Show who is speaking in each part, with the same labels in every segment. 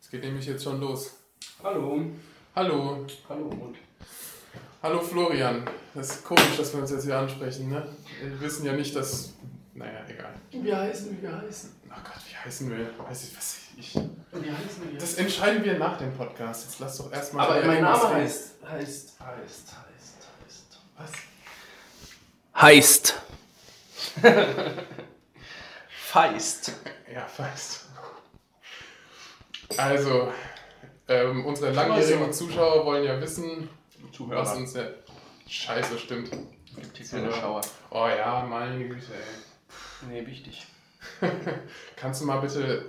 Speaker 1: Es geht nämlich jetzt schon los.
Speaker 2: Hallo.
Speaker 1: Hallo,
Speaker 2: Hallo und
Speaker 1: hallo Florian. Das ist komisch, dass wir uns jetzt hier ansprechen, ne? Wir wissen ja nicht, dass. Naja, egal.
Speaker 2: wir heißen, wie wir heißen.
Speaker 1: Ach Gott, wie heißen wir? Weiß ich, was ich.
Speaker 2: Wir heißen, wir
Speaker 1: Das
Speaker 2: heißen.
Speaker 1: entscheiden wir nach dem Podcast. Jetzt lass doch erstmal.
Speaker 2: Aber mein
Speaker 1: irgendwas
Speaker 2: Name
Speaker 1: reden.
Speaker 2: heißt, heißt, heißt, heißt, heißt.
Speaker 1: Was?
Speaker 2: Heißt. Feist.
Speaker 1: Ja, fast. Also, ähm, unsere langjährigen
Speaker 2: Scheiße.
Speaker 1: Zuschauer wollen ja wissen,
Speaker 2: Zuhörer.
Speaker 1: was uns ja. Scheiße, stimmt.
Speaker 2: Gibt hier
Speaker 1: Zuhörer. Oh ja, meine Güte, ey.
Speaker 2: Nee, wichtig.
Speaker 1: Kannst du mal bitte,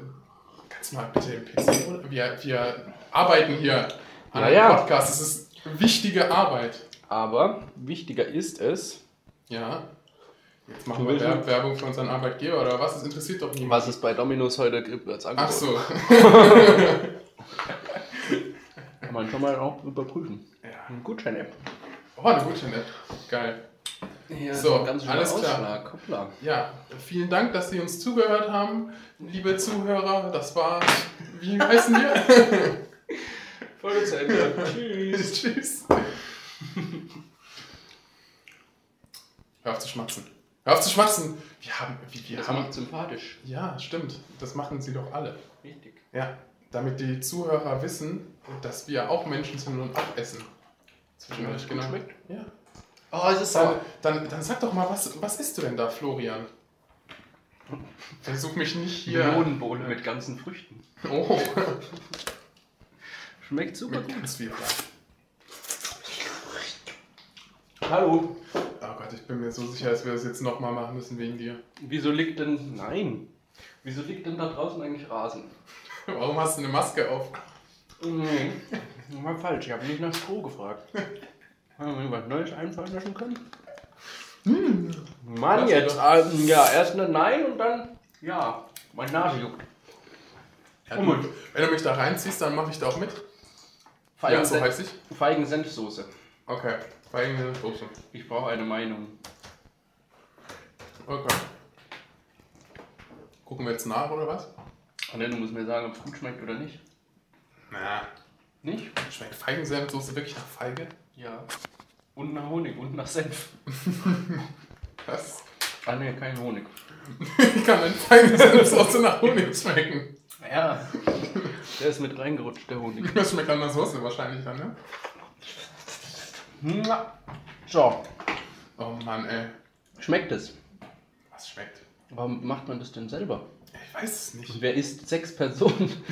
Speaker 1: kannst du mal bitte den PC, oder? Wir, wir arbeiten hier an
Speaker 2: Ja,
Speaker 1: einem
Speaker 2: ja.
Speaker 1: Podcast. Es ist wichtige Arbeit.
Speaker 2: Aber wichtiger ist es,
Speaker 1: Ja. Jetzt machen
Speaker 2: Du
Speaker 1: wir
Speaker 2: willst
Speaker 1: Werb-
Speaker 2: mit-
Speaker 1: Werbung für unseren Arbeitgeber oder was? Das interessiert doch niemand.
Speaker 2: was es bei Dominos heute gibt als Angebot.
Speaker 1: Ach so.
Speaker 2: Kann man schon mal auch überprüfen.
Speaker 1: Ja.
Speaker 2: Ein Gutschein-App.
Speaker 1: Oh, eine gute Net. Geil.
Speaker 2: Ja,
Speaker 1: So, alles klar.
Speaker 2: Ausschlag. Hoppla.
Speaker 1: Ja, vielen Dank, dass Sie uns zugehört haben, liebe Zuhörer. Das war, wie heißen wir?
Speaker 2: Folge zu Ende. Tschüss.
Speaker 1: Tschüss. Hör auf zu schmatzen. Hör auf zu schmatzen. Wir haben, wir, wir
Speaker 2: Das
Speaker 1: haben
Speaker 2: macht sympathisch.
Speaker 1: Ja, stimmt. Das machen sie doch alle.
Speaker 2: Richtig.
Speaker 1: Ja, damit die Zuhörer wissen, dass wir auch Menschen sind und auch essen.
Speaker 2: Wenn es
Speaker 1: Zwischendurch,
Speaker 2: gut
Speaker 1: genau.
Speaker 2: schmeckt.
Speaker 1: Ja.
Speaker 2: Oh, es ist
Speaker 1: Dann, dann, dann sag doch mal, was, was isst du denn da, Florian? Versuch mich nicht hier.
Speaker 2: Millionenbohne mit ganzen Früchten.
Speaker 1: Oh,
Speaker 2: Schmeckt super
Speaker 1: mit
Speaker 2: gut.
Speaker 1: ganz viel Fleisch.
Speaker 2: Hallo.
Speaker 1: Oh Gott, ich bin mir so sicher, dass wir das jetzt nochmal machen müssen wegen dir.
Speaker 2: Wieso liegt denn. Nein. Wieso liegt denn da draußen eigentlich Rasen?
Speaker 1: Warum hast du eine Maske auf?
Speaker 2: Nee. War falsch. Ich habe nicht nach Stroh gefragt. Haben wir was Neues einfallen lassen können? Mann,
Speaker 1: Lass
Speaker 2: jetzt.
Speaker 1: doch.
Speaker 2: ähm, ja, erst eine Nein und dann. Ja. Meine Nase juckt.
Speaker 1: Ja,
Speaker 2: Oh
Speaker 1: du,
Speaker 2: mein.
Speaker 1: wenn du mich da reinziehst, dann mache ich da auch mit. Ja,
Speaker 2: Feigen,
Speaker 1: so heiß ich.
Speaker 2: Feigen Senfsoße.
Speaker 1: Okay, eigene Soße.
Speaker 2: Ich brauche eine Meinung.
Speaker 1: Okay. Gucken wir jetzt nach oder was?
Speaker 2: Und dann muss mir sagen, ob es gut schmeckt oder nicht.
Speaker 1: Na,
Speaker 2: Nicht?
Speaker 1: schmeckt Feigensenfsoße wirklich nach Feige?
Speaker 2: Ja. Und nach Honig und nach Senf.
Speaker 1: Was?
Speaker 2: Ah ne, kein Honig.
Speaker 1: Wie kann denn Feigensenfsoße nach Honig schmecken?
Speaker 2: Ja. Der ist mit reingerutscht, der Honig.
Speaker 1: Das schmeckt an der Soße wahrscheinlich dann, ne?
Speaker 2: So,
Speaker 1: Oh Mann, ey.
Speaker 2: schmeckt es.
Speaker 1: Was schmeckt?
Speaker 2: Warum macht man das denn selber?
Speaker 1: Ich weiß es nicht.
Speaker 2: Und wer isst sechs Personen?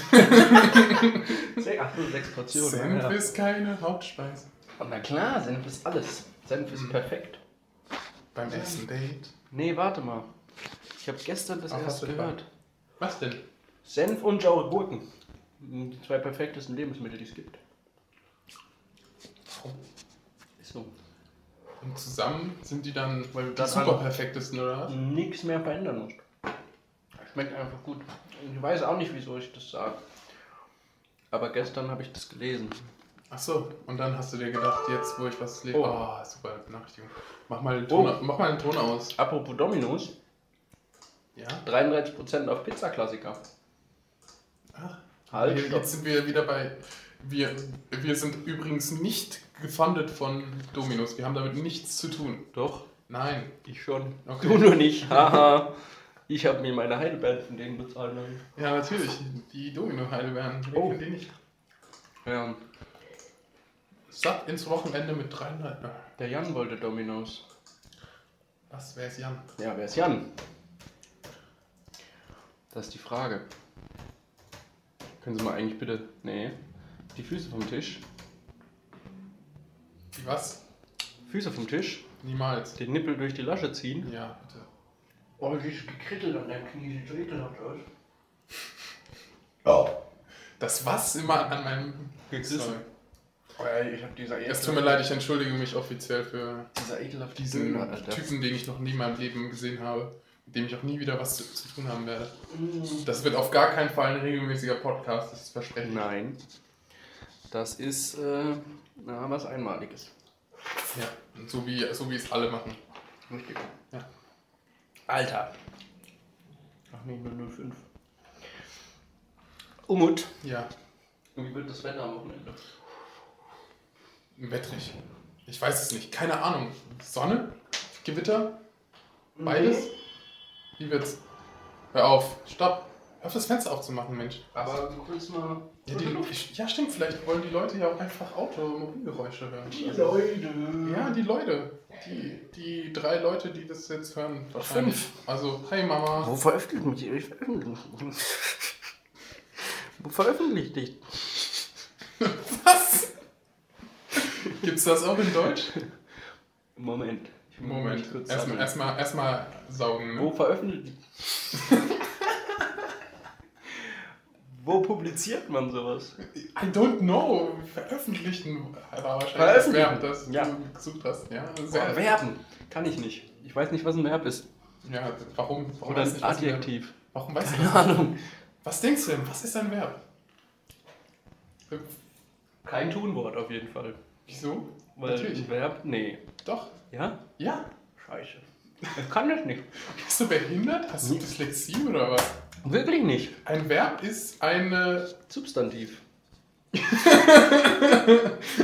Speaker 2: Se- Ach so, sechs Portionen.
Speaker 1: Senf
Speaker 2: ja.
Speaker 1: ist keine Hauptspeise.
Speaker 2: Na klar, Senf ist alles. Senf ist perfekt.
Speaker 1: Beim ersten Date.
Speaker 2: Nee, warte mal. Ich habe gestern das
Speaker 1: Ach, hast
Speaker 2: erste
Speaker 1: du
Speaker 2: gehört.
Speaker 1: Was denn?
Speaker 2: Senf und saure Gurken. Die zwei perfektesten Lebensmittel, die es gibt. Ist so.
Speaker 1: Und zusammen sind die dann
Speaker 2: Weil du
Speaker 1: die
Speaker 2: dann
Speaker 1: super perfektesten, oder was?
Speaker 2: nichts mehr verändern musst. Schmeckt einfach gut. Ich weiß auch nicht, wieso ich das sage. Aber gestern habe ich das gelesen.
Speaker 1: Ach so, und dann hast du dir gedacht, jetzt wo ich was lese.
Speaker 2: Oh.
Speaker 1: Oh. super Benachrichtigung. Mach mal den Ton,
Speaker 2: Oh.
Speaker 1: mach mal den Ton aus.
Speaker 2: Apropos Dominos,
Speaker 1: Ja?
Speaker 2: 33% auf Pizzaklassiker.
Speaker 1: Ach.
Speaker 2: Halt,
Speaker 1: Hier-
Speaker 2: stopp.
Speaker 1: Jetzt sind wir wieder bei. Wir, wir sind übrigens nicht gefundet von Dominus. Wir haben damit nichts zu tun.
Speaker 2: Doch,
Speaker 1: Nein.
Speaker 2: ich schon.
Speaker 1: Okay.
Speaker 2: Du nur nicht, haha. Ich habe mir meine Heidelbeeren von denen bezahlen lassen.
Speaker 1: Ja, natürlich. Die Domino-Heile werden. Wir
Speaker 2: Oh.
Speaker 1: kennen die nicht.
Speaker 2: Ja,
Speaker 1: Satt ins Wochenende mit drei Leuten.
Speaker 2: der Jan wollte Dominos.
Speaker 1: Was wär's, Jan?
Speaker 2: Ja, wer ist Jan? Das ist die Frage. Können Sie mal eigentlich bitte. Nee. Die Füße vom Tisch.
Speaker 1: Die was?
Speaker 2: Füße vom Tisch.
Speaker 1: Niemals.
Speaker 2: Den Nippel durch die Lasche ziehen.
Speaker 1: Ja, bitte.
Speaker 2: Oh, dieses Gekrittel an deinem Knie sieht so ekelhaft aus.
Speaker 1: Das was immer an meinem.
Speaker 2: Gekissen.
Speaker 1: Sorry.
Speaker 2: Oh ich hab dieser
Speaker 1: Es tut mir leid, ich entschuldige mich offiziell für
Speaker 2: Dieser ekelhafte
Speaker 1: diesen
Speaker 2: Döner, Alter.
Speaker 1: Typen, den ich noch nie in meinem Leben gesehen habe, mit dem ich auch nie wieder was zu, zu tun haben werde. Das wird auf gar keinen Fall ein regelmäßiger Podcast, das verspreche ich.
Speaker 2: Nein. Das ist äh, na, was Einmaliges.
Speaker 1: Ja, und so wie, so wie es alle machen.
Speaker 2: Richtig.
Speaker 1: Ja.
Speaker 2: Alter. Ach nee, nur 05. Umut.
Speaker 1: Ja,
Speaker 2: Wie wird das Wetter am Wochenende?
Speaker 1: Wettrig. Ich weiß es nicht. Keine Ahnung. Sonne? Gewitter? Beides? Wie wird's? Hör auf. Stopp. Hör auf, das Fenster aufzumachen, Mensch.
Speaker 2: Aber du kannst mal.
Speaker 1: Ja, die, ich, ja, stimmt. Vielleicht wollen die Leute ja auch einfach Automobilgeräusche hören.
Speaker 2: Die
Speaker 1: Also-
Speaker 2: Leute.
Speaker 1: Ja, die Leute. Die, die drei Leute, die das jetzt hören. Wahrscheinlich. Also, hey Mama.
Speaker 2: Wo veröffentlicht mich? Ich veröffentliche. Wo veröffentlicht dich?
Speaker 1: Was? Gibt's das auch in Deutsch?
Speaker 2: Moment. Ich muss mich
Speaker 1: Moment.
Speaker 2: kurz
Speaker 1: Erstmal
Speaker 2: sammeln.
Speaker 1: erstmal, erstmal saugen. Ne?
Speaker 2: Wo veröffentlicht. Wo publiziert man sowas?
Speaker 1: I don't know. Veröffentlichen war wahrscheinlich
Speaker 2: Veröffentlichen.
Speaker 1: das Verb, das
Speaker 2: Ja.
Speaker 1: du gesucht hast. Ja,
Speaker 2: Boah,
Speaker 1: sehr,
Speaker 2: Verben. Kann ich nicht. Ich weiß nicht, was ein Verb ist.
Speaker 1: ja warum, warum
Speaker 2: Oder
Speaker 1: weißt du nicht, was
Speaker 2: ein
Speaker 1: Verb-
Speaker 2: Adjektiv.
Speaker 1: Warum weißt du
Speaker 2: Keine
Speaker 1: das?
Speaker 2: Ahnung.
Speaker 1: Was denkst du denn? Was ist ein Verb?
Speaker 2: Kein Tunwort auf jeden Fall.
Speaker 1: Wieso?
Speaker 2: Weil
Speaker 1: Natürlich.
Speaker 2: ein Verb, nee.
Speaker 1: Doch.
Speaker 2: Ja?
Speaker 1: Ja.
Speaker 2: Scheiße. Ich kann das nicht.
Speaker 1: Bist du behindert? Hast du
Speaker 2: Nee.
Speaker 1: Dyslexie oder was?
Speaker 2: Wirklich nicht.
Speaker 1: Ein Verb ist eine
Speaker 2: Substantiv.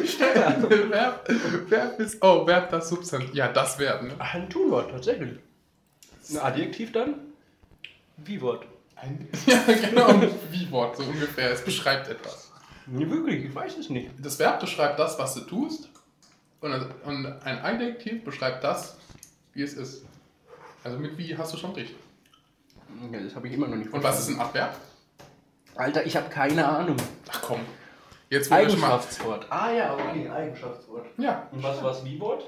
Speaker 1: Verb, Verb ist. Oh, Verb, das Substantiv. Ja, das Verb, ne?
Speaker 2: Ach, ein Tunwort, tatsächlich. Ein Adjektiv dann? Wie-Wort.
Speaker 1: Ein, ja, genau. ein Wie-Wort, so ungefähr. Es beschreibt etwas.
Speaker 2: Nee, wirklich, ich weiß es nicht.
Speaker 1: Das Verb beschreibt das, was du tust. Und, und ein Adjektiv beschreibt das, wie es ist. Also mit wie hast du schon recht.
Speaker 2: Ja, das habe ich immer noch nicht
Speaker 1: Und was ist ein Adverb?
Speaker 2: verstanden. Alter, ich habe keine Ahnung.
Speaker 1: Ach komm. Jetzt wo wir schon mal.
Speaker 2: Eigenschaftswort. Ah ja, okay, Eigenschaftswort.
Speaker 1: Ja.
Speaker 2: Und was war das Wie-Wort?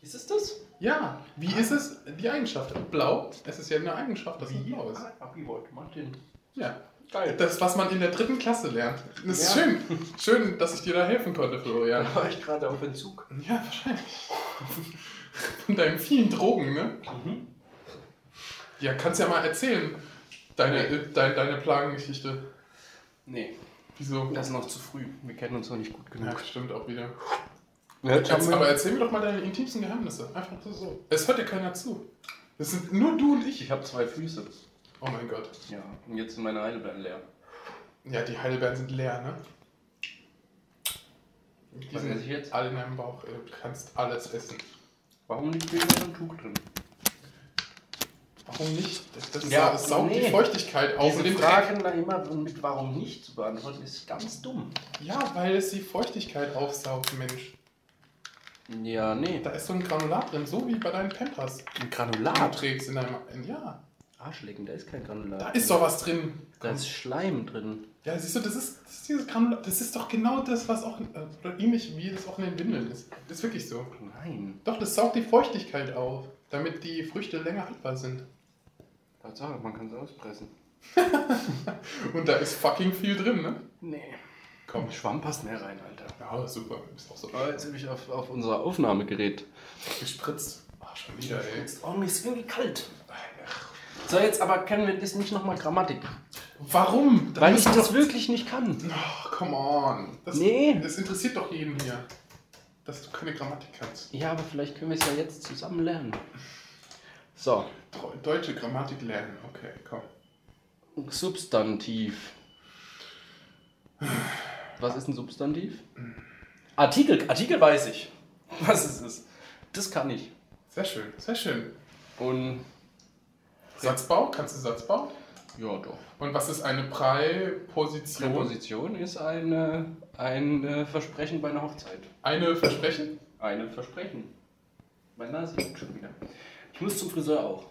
Speaker 2: Ist es das?
Speaker 1: Ja. Wie ist es? Die Eigenschaft. Blau. Es ist ja eine Eigenschaft, dass es blau ist.
Speaker 2: Ah, Wie-Wort, Martin.
Speaker 1: Ja.
Speaker 2: Geil.
Speaker 1: Das, was man in der dritten Klasse lernt. Das ist
Speaker 2: Ja.
Speaker 1: schön. Schön, dass ich dir da helfen konnte, Florian.
Speaker 2: Da war ich gerade auf Entzug.
Speaker 1: Ja, wahrscheinlich. Von deinen vielen Drogen, ne?
Speaker 2: Mhm.
Speaker 1: Ja, kannst ja mal erzählen, deine, äh, dein, deine Plagengeschichte.
Speaker 2: Nee,
Speaker 1: Wieso?
Speaker 2: das ist noch zu früh. Wir kennen uns noch nicht gut
Speaker 1: ja,
Speaker 2: genug.
Speaker 1: stimmt auch wieder.
Speaker 2: Ja, ich hab
Speaker 1: Jetzt,
Speaker 2: mir-
Speaker 1: aber erzähl mir doch mal deine intimsten Geheimnisse. Einfach so, so. Es hört dir keiner zu. Es sind nur du und ich.
Speaker 2: Ich habe zwei Füße.
Speaker 1: Oh mein Gott.
Speaker 2: Ja, und jetzt sind meine Heidelbeeren leer.
Speaker 1: Ja, die Heidelbeeren sind leer, ne? Die
Speaker 2: Was esse
Speaker 1: sind
Speaker 2: ich jetzt?
Speaker 1: alle in deinem Bauch. ey. Du kannst alles essen.
Speaker 2: Warum liegt hier noch ein Tuch drin?
Speaker 1: Warum nicht? Das, das
Speaker 2: Ja,
Speaker 1: ja, es saugt die
Speaker 2: nee.
Speaker 1: Feuchtigkeit aus. und
Speaker 2: Diese
Speaker 1: den
Speaker 2: Fragen da immer mit warum nicht zu beantworten, ist ganz dumm.
Speaker 1: Dreck. Ja, weil es die Feuchtigkeit aufsaugt, Mensch.
Speaker 2: Ja, nee.
Speaker 1: Da ist so ein Granulat drin, so wie bei deinen Pampers.
Speaker 2: Ein
Speaker 1: Du
Speaker 2: Granulat.
Speaker 1: trägst in deinem. In, ja,
Speaker 2: Arschlecken, da ist kein Granulat.
Speaker 1: da ist doch was drin.
Speaker 2: Da ist Schleim drin.
Speaker 1: Ja, siehst du, das ist, das ist dieses Granulat. Das ist doch genau das, was auch. äh, Oder ähnlich wie das auch in den Windeln ist. Das ist wirklich so.
Speaker 2: Nein.
Speaker 1: Doch, das saugt die Feuchtigkeit auf, damit die Früchte länger haltbar sind.
Speaker 2: Tatsache, man kann es auspressen.
Speaker 1: Und da ist fucking viel drin, ne?
Speaker 2: Nee.
Speaker 1: Komm.
Speaker 2: Schwamm passt mehr rein, Alter.
Speaker 1: Ja, super. Du bist auch so
Speaker 2: Aber Oh, jetzt habe ich auf, auf unser Aufnahmegerät.
Speaker 1: gespritzt. Ach, schon wieder, ey.
Speaker 2: Oh, mir ist irgendwie kalt. So, jetzt aber kennen wir das nicht nochmal Grammatik.
Speaker 1: Warum? Da
Speaker 2: Weil ich
Speaker 1: müssen
Speaker 2: das
Speaker 1: wir-
Speaker 2: wirklich nicht kann.
Speaker 1: Ach, Ah, come on. Das,
Speaker 2: Nee.
Speaker 1: Das interessiert doch jeden hier, dass du keine Grammatik kannst.
Speaker 2: Ja, aber vielleicht können wir es ja jetzt zusammen lernen. So,
Speaker 1: Deu- Deutsche Grammatik lernen. Okay, komm.
Speaker 2: Substantiv. Was ist ein Substantiv? Artikel, Artikel weiß ich. Was ist es? Das kann ich.
Speaker 1: Sehr schön, sehr schön.
Speaker 2: Und
Speaker 1: Satzbau, kannst du Satzbau?
Speaker 2: ja, doch.
Speaker 1: Und was ist eine Präposition?
Speaker 2: Präposition ist eine, ein äh, Versprechen bei einer Hochzeit.
Speaker 1: Eine Versprechen?
Speaker 2: Eine Versprechen. Mein Nase juckt schon wieder. Ich muss zum Friseur auch.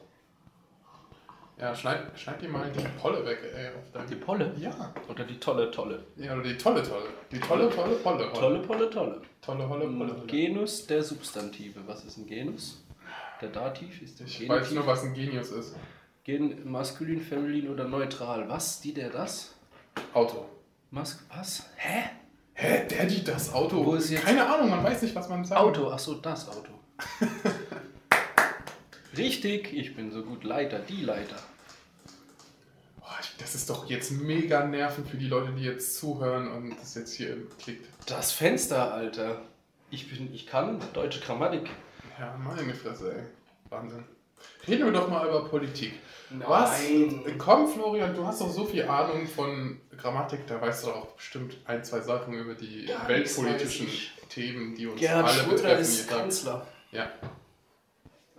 Speaker 1: Ja, schneid, schneid dir mal die Polle weg, ey. Auf
Speaker 2: Die
Speaker 1: deinem...
Speaker 2: Polle?
Speaker 1: Ja.
Speaker 2: Oder die tolle, tolle.
Speaker 1: ja, oder die tolle Tolle. Die tolle, tolle, Polle.
Speaker 2: Tolle, Polle, tolle.
Speaker 1: Tolle, Holle, Polle. Holle.
Speaker 2: Genus der Substantive. Was ist ein Genus? Der Dativ ist der
Speaker 1: Ich
Speaker 2: Genitiv.
Speaker 1: weiß nur, was ein Genius ist.
Speaker 2: Gen maskulin, feminin oder neutral. Was? Die, der, das?
Speaker 1: Auto.
Speaker 2: Mask was? Hä?
Speaker 1: Hä, der, die, das Auto?
Speaker 2: Wo ist jetzt-
Speaker 1: Keine Ahnung, man weiß nicht, was man sagt.
Speaker 2: Auto, achso, das Auto. Richtig, ich bin so gut Leiter, die Leiter.
Speaker 1: Boah, ich- das ist doch jetzt mega nervend für die Leute, die jetzt zuhören und das jetzt hier klickt.
Speaker 2: Das Fenster, Alter. Ich bin, ich kann deutsche Grammatik.
Speaker 1: Ja, meine Fresse, ey. Wahnsinn. Reden wir doch mal über Politik.
Speaker 2: Nein.
Speaker 1: Was? Komm, Florian, du hast doch so viel Ahnung von Grammatik, da weißt du doch auch bestimmt ein, zwei Sachen über die
Speaker 2: Ja,
Speaker 1: weltpolitischen
Speaker 2: das weiß
Speaker 1: Themen, die uns
Speaker 2: Gerhard
Speaker 1: alle
Speaker 2: Schröder
Speaker 1: betreffen.
Speaker 2: ist
Speaker 1: jeden Tag.
Speaker 2: Kanzler.
Speaker 1: Ja.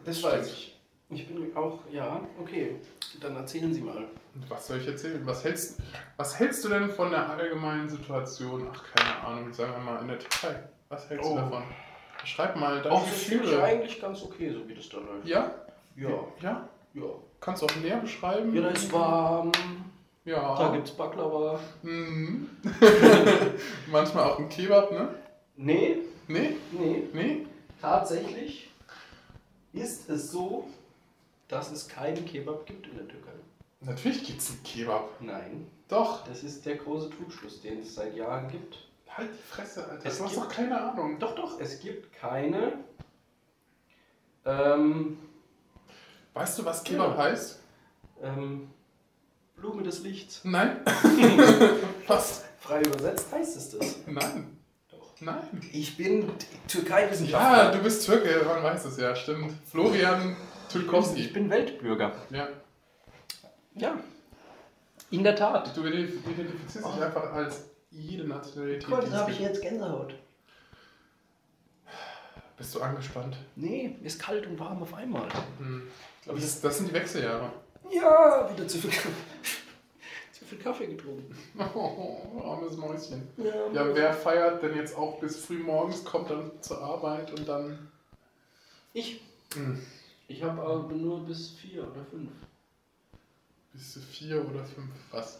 Speaker 2: Das weiß ich. Ich bin auch, ja, okay. Dann erzählen Sie mal.
Speaker 1: Und was soll ich erzählen? Was hältst, was hältst du denn von der allgemeinen Situation? Ach, keine Ahnung, sagen wir mal in der Türkei. Was hältst
Speaker 2: Oh.
Speaker 1: du davon? Schreib mal deine
Speaker 2: Auch das finde ich
Speaker 1: Gefühle.
Speaker 2: eigentlich ganz okay, so wie das da läuft.
Speaker 1: Ja?
Speaker 2: Ja,
Speaker 1: Ja?
Speaker 2: ja.
Speaker 1: Kannst du auch näher beschreiben?
Speaker 2: Ja, da ist warm,
Speaker 1: Ja.
Speaker 2: da gibt's Baklava.
Speaker 1: Mhm. Manchmal auch ein Kebab, ne?
Speaker 2: Nee,
Speaker 1: Nee?
Speaker 2: nee.
Speaker 1: Nee?
Speaker 2: Tatsächlich ist es so, dass es keinen Kebab gibt in der Türkei.
Speaker 1: Natürlich gibt's einen Kebab.
Speaker 2: Nein,
Speaker 1: Doch.
Speaker 2: das ist der große Trugschluss, den es seit Jahren gibt.
Speaker 1: Halt die Fresse, Alter.
Speaker 2: Es
Speaker 1: Du hast
Speaker 2: gibt-
Speaker 1: doch keine Ahnung.
Speaker 2: Doch, doch, es gibt keine. Ähm,
Speaker 1: Weißt du, was Kebab
Speaker 2: Ja.
Speaker 1: heißt?
Speaker 2: ähm, Blume des Lichts.
Speaker 1: Nein. was?
Speaker 2: Frei übersetzt heißt es das.
Speaker 1: Nein.
Speaker 2: Doch.
Speaker 1: Nein.
Speaker 2: Ich bin Türkei-Wissenschaftler.
Speaker 1: Ja, du bist Türke, man weiß es ja, stimmt. Florian
Speaker 2: Ich
Speaker 1: Tulkowski.
Speaker 2: bin Weltbürger.
Speaker 1: Ja.
Speaker 2: Ja. In der Tat.
Speaker 1: Du identif- identifizierst dich einfach als jede Nationalität. die es gibt.
Speaker 2: jetzt Gänsehaut.
Speaker 1: Bist du angespannt?
Speaker 2: Nee, ist kalt und warm auf einmal.
Speaker 1: Hm. Ich glaube, das, das sind die Wechseljahre.
Speaker 2: Ja, wieder zu viel Kaffee. zu viel Kaffee getrunken.
Speaker 1: Oh, armes Mäuschen.
Speaker 2: Ja.
Speaker 1: Ja, wer feiert denn jetzt auch bis früh morgens, kommt dann zur Arbeit und dann.
Speaker 2: Ich.
Speaker 1: Hm.
Speaker 2: Ich habe aber nur bis vier oder fünf.
Speaker 1: Bis zu vier oder fünf, was?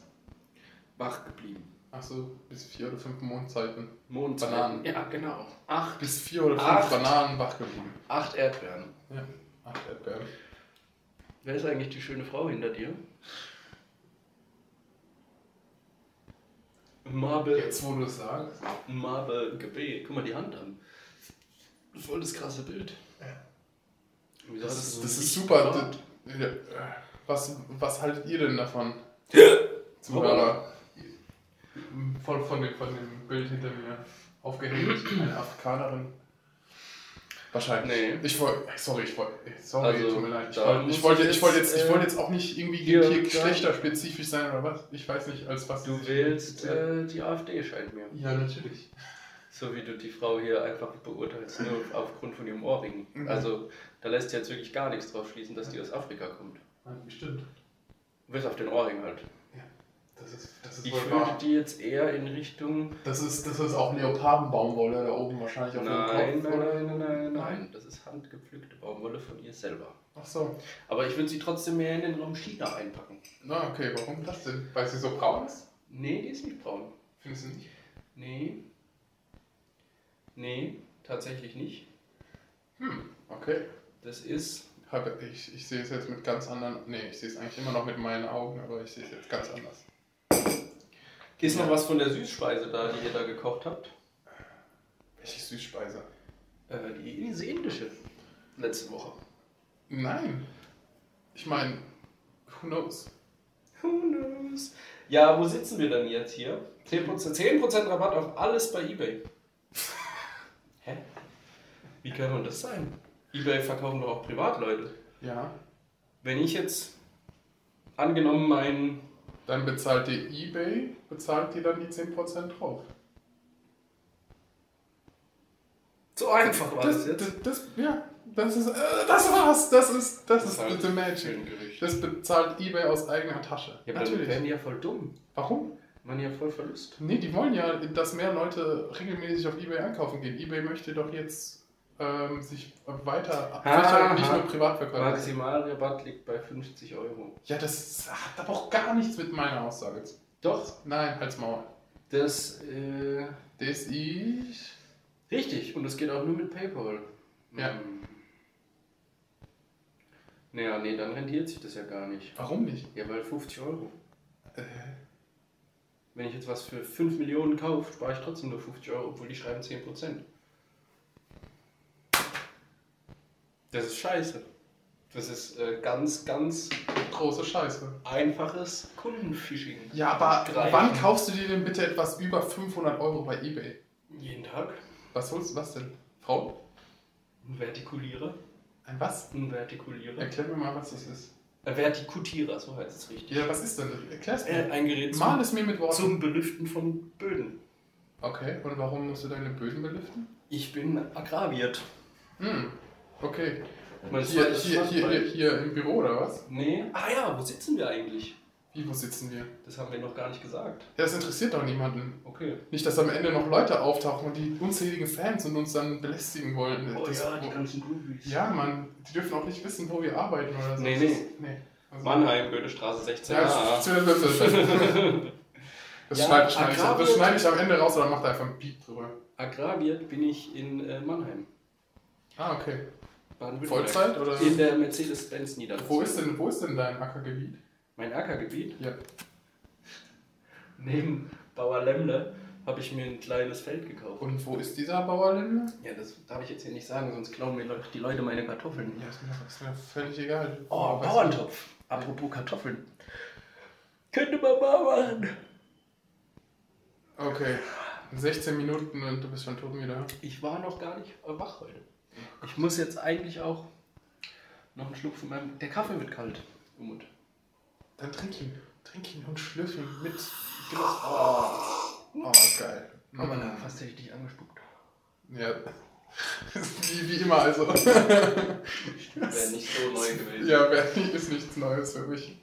Speaker 2: Wach geblieben.
Speaker 1: Achso, bis vier oder fünf Mondzeiten.
Speaker 2: Mond.
Speaker 1: Bananen.
Speaker 2: Ja, genau. Acht.
Speaker 1: Bis vier oder fünf
Speaker 2: Acht.
Speaker 1: Bananen wach geblieben.
Speaker 2: Acht Erdbeeren.
Speaker 1: Ja, acht Erdbeeren.
Speaker 2: Wer ist eigentlich die schöne Frau hinter dir? Mabel.
Speaker 1: Jetzt, wo du es sagst.
Speaker 2: Mabel GB. Guck mal die Hand an. Voll das krasse Bild. Wieso
Speaker 1: Das,
Speaker 2: hat es
Speaker 1: ist-
Speaker 2: so
Speaker 1: das ist
Speaker 2: nicht
Speaker 1: super.
Speaker 2: gemacht?
Speaker 1: D- ja, äh, Was, was haltet ihr denn davon? Zuhörer.
Speaker 2: Warum?
Speaker 1: Voll von dem, von dem Bild hinter mir aufgehängt. Eine Afrikanerin. Wahrscheinlich.
Speaker 2: Nee.
Speaker 1: Ich wollte. Sorry, ich wollte. Sorry,
Speaker 2: Also,
Speaker 1: tut mir leid. Ich
Speaker 2: da
Speaker 1: wollte
Speaker 2: muss
Speaker 1: ich wollte
Speaker 2: ich
Speaker 1: ich wollte
Speaker 2: jetzt,
Speaker 1: jetzt, ich
Speaker 2: äh,
Speaker 1: wollte jetzt auch nicht irgendwie
Speaker 2: hier-
Speaker 1: hier
Speaker 2: da-
Speaker 1: geschlechterspezifisch sein oder was. Ich weiß nicht, als was
Speaker 2: Du
Speaker 1: sie sich
Speaker 2: wählst
Speaker 1: identifizieren.
Speaker 2: äh, die AfD, scheint mir.
Speaker 1: Ja, natürlich.
Speaker 2: So wie du die Frau hier einfach beurteilst, nur aufgrund von ihrem Ohrring.
Speaker 1: Mhm.
Speaker 2: Also, da lässt jetzt wirklich gar nichts drauf schließen, dass die aus Afrika kommt.
Speaker 1: Ja, Stimmt.
Speaker 2: Bis auf den Ohrring halt.
Speaker 1: Das ist, das ist
Speaker 2: Ich
Speaker 1: wohl
Speaker 2: würde
Speaker 1: wahr.
Speaker 2: die jetzt eher in Richtung.
Speaker 1: Das ist, das ist auch Leopardenbaumwolle da oben wahrscheinlich auf
Speaker 2: Nein,
Speaker 1: dem Kopf.
Speaker 2: nein,
Speaker 1: oder?
Speaker 2: nein, nein, nein, nein. Das ist handgepflückte Baumwolle von ihr selber.
Speaker 1: Ach so.
Speaker 2: Aber ich würde sie trotzdem mehr in den Raum China einpacken.
Speaker 1: Na, okay, warum das denn? Weil sie so braun ist?
Speaker 2: Nee, die ist nicht braun.
Speaker 1: Findest du nicht?
Speaker 2: Nee. Nee, tatsächlich nicht.
Speaker 1: Hm, okay.
Speaker 2: Das ist.
Speaker 1: Hab- Ich, ich sehe es jetzt mit ganz anderen. Nee, ich sehe es eigentlich immer noch mit meinen Augen, aber ich sehe es jetzt ganz anders.
Speaker 2: Ist noch was von der Süßspeise da, die ihr da gekocht habt?
Speaker 1: Welche Süßspeise?
Speaker 2: Äh, die, diese indische. Letzte Woche.
Speaker 1: Nein. Ich meine, who knows?
Speaker 2: Who knows? Ja, wo sitzen wir denn jetzt hier? 10%, 10 Rabatt auf alles bei eBay. Hä? Wie kann man das sein? eBay verkaufen doch auch Privatleute.
Speaker 1: Ja.
Speaker 2: Wenn ich jetzt angenommen meinen.
Speaker 1: Dann bezahlt dir eBay, bezahlt dir dann die 10% drauf.
Speaker 2: So einfach war das jetzt.
Speaker 1: Das, das, ja, das ist. Äh, das war's! Das ist. Das, ist
Speaker 2: halt
Speaker 1: the magic.
Speaker 2: schön Gericht.
Speaker 1: Das bezahlt eBay aus eigener Tasche.
Speaker 2: Ja, aber dann wären die ja voll dumm.
Speaker 1: Warum?
Speaker 2: Man ja voll Verlust.
Speaker 1: Nee, die wollen ja, dass mehr Leute regelmäßig auf eBay einkaufen gehen. eBay möchte doch jetzt ähm, sich weiter absichern,
Speaker 2: ha.
Speaker 1: nicht nur Privatverkäufer.
Speaker 2: Maximalrabatt liegt bei 50 Euro.
Speaker 1: Ja, das hat aber auch gar nichts mit meiner Aussage zu
Speaker 2: Doch,
Speaker 1: Nein, halt's Maul.
Speaker 2: das. Äh,
Speaker 1: Das ist.
Speaker 2: richtig, und das geht auch nur mit PayPal.
Speaker 1: Ja.
Speaker 2: Hm. Naja, nee, dann rentiert sich das ja gar nicht.
Speaker 1: Warum nicht?
Speaker 2: Ja, weil 50 Euro.
Speaker 1: Äh,
Speaker 2: Wenn ich jetzt was für 5 Millionen kaufe, spare ich trotzdem nur 50 Euro, obwohl die schreiben 10%. Das ist scheiße. Das ist äh, ganz, ganz
Speaker 1: große Scheiße.
Speaker 2: einfaches Kundenphishing.
Speaker 1: Ja, aber
Speaker 2: Greifen.
Speaker 1: wann kaufst du dir denn bitte etwas über 500 Euro bei eBay?
Speaker 2: Jeden Tag
Speaker 1: Was holst du was denn? Frauen?
Speaker 2: vertikuliere.
Speaker 1: Ein was?
Speaker 2: Ein Vertikulierer.
Speaker 1: Erklär mir mal, was das ist.
Speaker 2: Ein Vertikutierer, Äh, so heißt es richtig.
Speaker 1: Ja, was ist denn? Erklär's
Speaker 2: Äh,
Speaker 1: mir.
Speaker 2: Ein Gerät
Speaker 1: Mal
Speaker 2: zum,
Speaker 1: es mir mit Worten.
Speaker 2: zum Belüften von Böden.
Speaker 1: Okay, und warum musst du deine Böden belüften?
Speaker 2: Ich bin aggraviert.
Speaker 1: Hm, okay.
Speaker 2: Mein
Speaker 1: Hier,
Speaker 2: zweites
Speaker 1: hier, hier,
Speaker 2: Standbein.
Speaker 1: hier, hier im Büro oder was?
Speaker 2: Nee. Ah ja, wo sitzen wir eigentlich?
Speaker 1: Wie, wo sitzen wir?
Speaker 2: Das haben wir noch gar nicht gesagt.
Speaker 1: Ja, das interessiert doch niemanden.
Speaker 2: Okay.
Speaker 1: Nicht, dass am Ende noch Leute auftauchen, die unzählige Fans und uns dann belästigen wollen.
Speaker 2: Oh
Speaker 1: Das-
Speaker 2: ganzen Groovies.
Speaker 1: ja, Mann, die dürfen auch nicht wissen, wo wir arbeiten oder so.
Speaker 2: Nee,
Speaker 1: Das
Speaker 2: nee.
Speaker 1: ist- nee. Also-
Speaker 2: Mannheim, Goethestraße 16.
Speaker 1: Ja,
Speaker 2: Ah.
Speaker 1: das, das,
Speaker 2: Ja,
Speaker 1: schneide, schneide ich,
Speaker 2: Agrarwirt-
Speaker 1: das schneide ich am Ende raus oder macht da einfach ein Beat drüber.
Speaker 2: Aggraviert bin ich in äh, Mannheim.
Speaker 1: Ah, okay.
Speaker 2: Baden-Württemberg.
Speaker 1: Vollzeit oder?
Speaker 2: In der Mercedes-Benz Niederlassung.
Speaker 1: Wo ist denn, wo ist denn dein Ackergebiet?
Speaker 2: Mein Ackergebiet.
Speaker 1: Ja.
Speaker 2: Neben Bauer Lemmle habe ich mir ein kleines Feld gekauft.
Speaker 1: Und wo ist dieser Bauerländer?
Speaker 2: Ja, das darf ich jetzt hier nicht sagen, sonst klauen mir le- die Leute meine Kartoffeln.
Speaker 1: Ja, ist mir, ist mir völlig egal.
Speaker 2: Oh,
Speaker 1: Weiß-
Speaker 2: Bauerntopf. Apropos Kartoffeln. Könnte man mal machen.
Speaker 1: Okay. 16 Minuten und du bist schon tot wieder.
Speaker 2: Ich war noch gar nicht äh, wach heute. Ich muss jetzt eigentlich auch noch einen Schluck von meinem. Der Kaffee wird kalt im Mund.
Speaker 1: Dann trink ihn. Trink ihn und schlürf ihn mit. Genuss. Oh, oh geil.
Speaker 2: Aber
Speaker 1: Mm.
Speaker 2: mm. fast hätte ich dich angespuckt.
Speaker 1: Ja. wie, wie immer, also.
Speaker 2: Wäre nicht so neu gewesen.
Speaker 1: ja, Bernie ist nichts Neues für mich.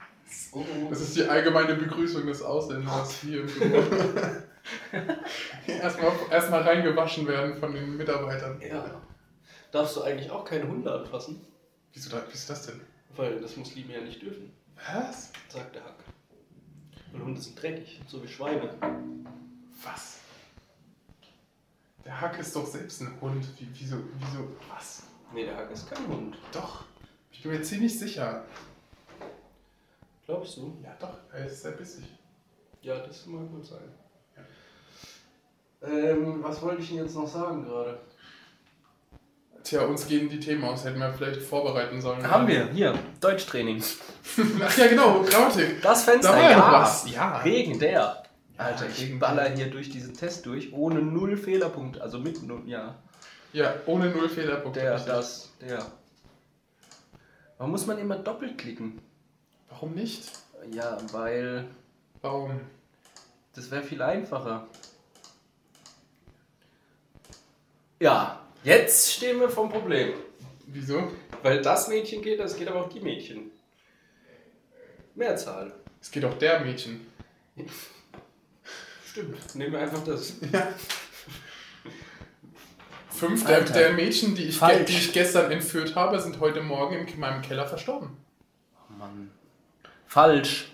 Speaker 2: Oh,
Speaker 1: Das ist die allgemeine Begrüßung des Ausländers hier im Büro. erstmal, erstmal reingewaschen werden von den Mitarbeitern.
Speaker 2: ja. Darfst du eigentlich auch keine Hunde anfassen?
Speaker 1: Wieso, da, wieso das denn?
Speaker 2: Weil das Muslime ja nicht dürfen,
Speaker 1: Was?
Speaker 2: sagt der Hack. Weil Hunde sind dreckig, so wie Schweine.
Speaker 1: Was? Der Hack ist doch selbst ein Hund. Wie, wieso, wieso, was?
Speaker 2: Nee, der Hack ist kein Hund.
Speaker 1: Doch. Ich bin mir ziemlich sicher.
Speaker 2: Glaubst du?
Speaker 1: Ja, doch. Er ist sehr bissig.
Speaker 2: Ja, das mag wohl sein. Ähm, was wollte ich denn jetzt noch sagen gerade?
Speaker 1: Tja, uns gehen die Themen aus. Hätten wir vielleicht vorbereiten sollen.
Speaker 2: Haben wir, hier, Deutschtraining.
Speaker 1: Ach ja, genau. Grammatik.
Speaker 2: Das Fenster,
Speaker 1: Da war ja
Speaker 2: ja.
Speaker 1: noch was. Ja.
Speaker 2: Legendär. Alter,
Speaker 1: Gegen-
Speaker 2: ich baller hier durch diesen Test durch, ohne null Fehlerpunkt, also mit null, ja.
Speaker 1: Ja, ohne null Fehlerpunkt.
Speaker 2: Der, das, der. Warum muss man immer doppelt klicken?
Speaker 1: Warum nicht?
Speaker 2: Ja, weil
Speaker 1: Warum?
Speaker 2: das wäre viel einfacher. Ja, jetzt stehen wir vom Problem.
Speaker 1: Wieso?
Speaker 2: Weil das Mädchen geht, das geht aber auch die Mädchen. Mehrzahl.
Speaker 1: Es geht auch der Mädchen.
Speaker 2: Stimmt. Nehmen wir einfach das.
Speaker 1: Fünf der,
Speaker 2: Alter.
Speaker 1: der Mädchen, die ich, ge
Speaker 2: Falsch.
Speaker 1: die ich gestern entführt habe, sind heute Morgen in meinem Keller verstorben.
Speaker 2: Mann. Falsch.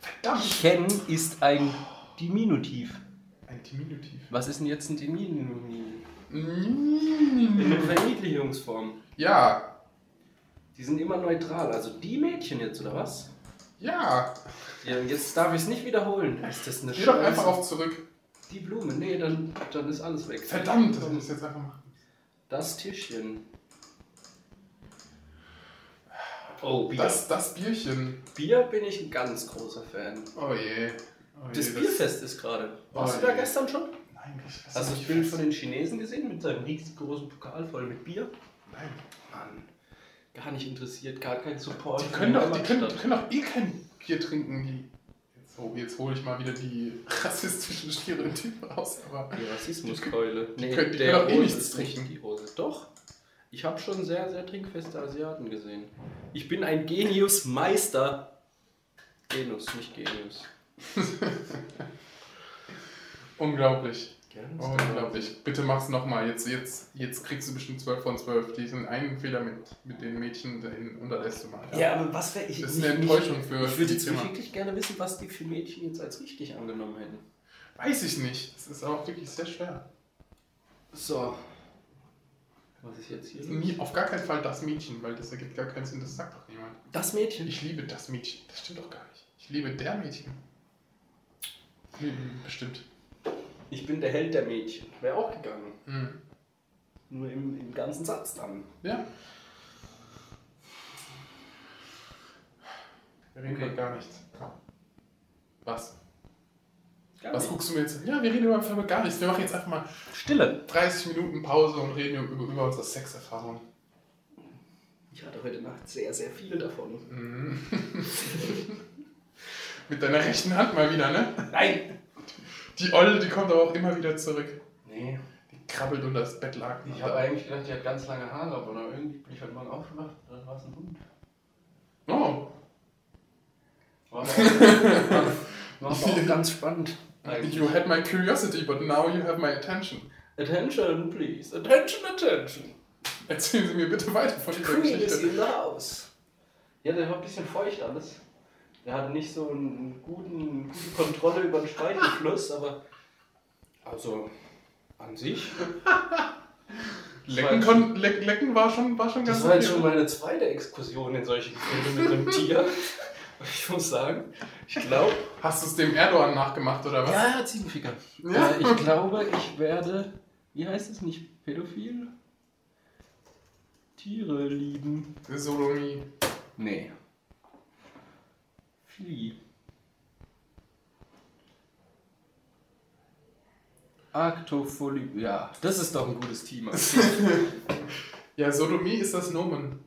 Speaker 1: Verdammt.
Speaker 2: Chen ist ein Diminutiv.
Speaker 1: Ein Diminutiv.
Speaker 2: Was ist denn jetzt ein Diminutiv?
Speaker 1: Mm.
Speaker 2: Eine Verniedlichungsform.
Speaker 1: Ja,
Speaker 2: Die sind immer neutral. Also die Mädchen jetzt, oder was?
Speaker 1: ja.
Speaker 2: Ja, jetzt darf ich es nicht wiederholen. Ist das eine
Speaker 1: Geh doch
Speaker 2: Scheiße?
Speaker 1: einfach auf zurück.
Speaker 2: Die Blume. Nee, dann, dann ist alles weg.
Speaker 1: Verdammt, das muss ich jetzt einfach machen.
Speaker 2: Das Tischchen. Oh, Bier.
Speaker 1: Das, das Bierchen.
Speaker 2: Bier bin ich ein ganz großer Fan.
Speaker 1: Oh je. Oh je,
Speaker 2: Das Bierfest ist gerade. Warst
Speaker 1: Oh,
Speaker 2: du da
Speaker 1: ja.
Speaker 2: gestern schon?
Speaker 1: Nein, ich weiß
Speaker 2: Hast du das
Speaker 1: nicht.
Speaker 2: Bild Also von den Chinesen gesehen mit seinem riesengroßen Pokal voll mit Bier?
Speaker 1: Nein.
Speaker 2: Mann, gar nicht interessiert, gar kein Support.
Speaker 1: Die
Speaker 2: für
Speaker 1: können, doch, die,
Speaker 2: Heimatstadt.
Speaker 1: können, die können doch eh kein Bier trinken, die. Jetzt, oh, jetzt hole ich mal wieder die rassistischen Stereotypen raus, aber.
Speaker 2: Die Rassismuskeule.
Speaker 1: die können- die können auch eh nichts
Speaker 2: ist nicht
Speaker 1: trinken.
Speaker 2: Die Hose. Doch. Ich habe schon sehr, sehr trinkfeste Asiaten gesehen. Ich bin ein Genius-Meister. Genus, nicht Genius.
Speaker 1: Unglaublich.
Speaker 2: Genus
Speaker 1: Oh, Unglaublich. Bitte mach's nochmal. Jetzt, jetzt, jetzt kriegst du bestimmt 12 von 12. Diesen einen Fehler mit, mit den Mädchen dahin unterlässt du mal.
Speaker 2: Ja, aber was wäre ich?
Speaker 1: Das ist eine Enttäuschung für
Speaker 2: Ich würde
Speaker 1: die
Speaker 2: jetzt
Speaker 1: Zimmer.
Speaker 2: wirklich gerne wissen, was die für Mädchen jetzt als richtig angenommen hätten.
Speaker 1: Weiß ich nicht. Das ist auch wirklich sehr schwer.
Speaker 2: So. Was ist jetzt hier?
Speaker 1: Nie, auf gar keinen Fall das Mädchen, weil das ergibt gar keinen Sinn. Das sagt doch niemand.
Speaker 2: Das Mädchen.
Speaker 1: Ich liebe das Mädchen. Das stimmt doch gar nicht. Ich liebe der Mädchen. Hm, Bestimmt.
Speaker 2: Ich bin der Held der Mädchen. Wäre auch gegangen.
Speaker 1: Hm.
Speaker 2: Nur im, im ganzen Satz dann.
Speaker 1: Ja. Wir reden
Speaker 2: Okay.
Speaker 1: über gar nichts. Was?
Speaker 2: Gar
Speaker 1: Was
Speaker 2: nicht.
Speaker 1: guckst du mir jetzt an? Ja, wir reden über einfach mal gar nichts. Wir machen jetzt einfach mal
Speaker 2: Stille.
Speaker 1: 30 Minuten Pause und reden über, über unsere Sexerfahrung.
Speaker 2: Ich hatte heute Nacht sehr, sehr viel davon.
Speaker 1: Mhm. Mit deiner rechten Hand mal wieder, ne?
Speaker 2: Nein!
Speaker 1: Die Olle, die kommt aber auch immer wieder zurück.
Speaker 2: Nee,
Speaker 1: Die krabbelt unter das Bettlaken.
Speaker 2: ich habe eigentlich gedacht, die hat ganz lange Haare, aber dann irgendwie bin ich heute Morgen aufgewacht und dann war es ein Hund.
Speaker 1: Oh,
Speaker 2: War aber auch, war aber auch ganz spannend.
Speaker 1: you had my curiosity, but now you have my attention.
Speaker 2: Attention, please. Attention, attention.
Speaker 1: Erzählen Sie mir bitte weiter von
Speaker 2: The
Speaker 1: dieser
Speaker 2: Queen is
Speaker 1: Geschichte.
Speaker 2: in the house. Ja, der war ein bisschen feucht alles. Er hatte nicht so einen guten, gute Kontrolle über den Speichelfluss, aber. Also, an sich.
Speaker 1: Lecken, kon, leck, lecken war schon, war schon ganz
Speaker 2: Das war jetzt schon meine zweite Exkursion in solche Gefilde mit einem Tier. Und Ich muss sagen, ich glaube.
Speaker 1: Hast du es dem Erdogan nachgemacht oder was?
Speaker 2: Ja, Ziegenficker.
Speaker 1: Ja.
Speaker 2: Äh, Ich glaube, ich werde. Wie heißt es nicht? Pädophil? Tiere lieben.
Speaker 1: Äh, Sodomie.
Speaker 2: Nee. Flieh. Arctopholie. Ja, das ist doch ein gutes Thema.
Speaker 1: Ja, Sodomie ist das Nomen.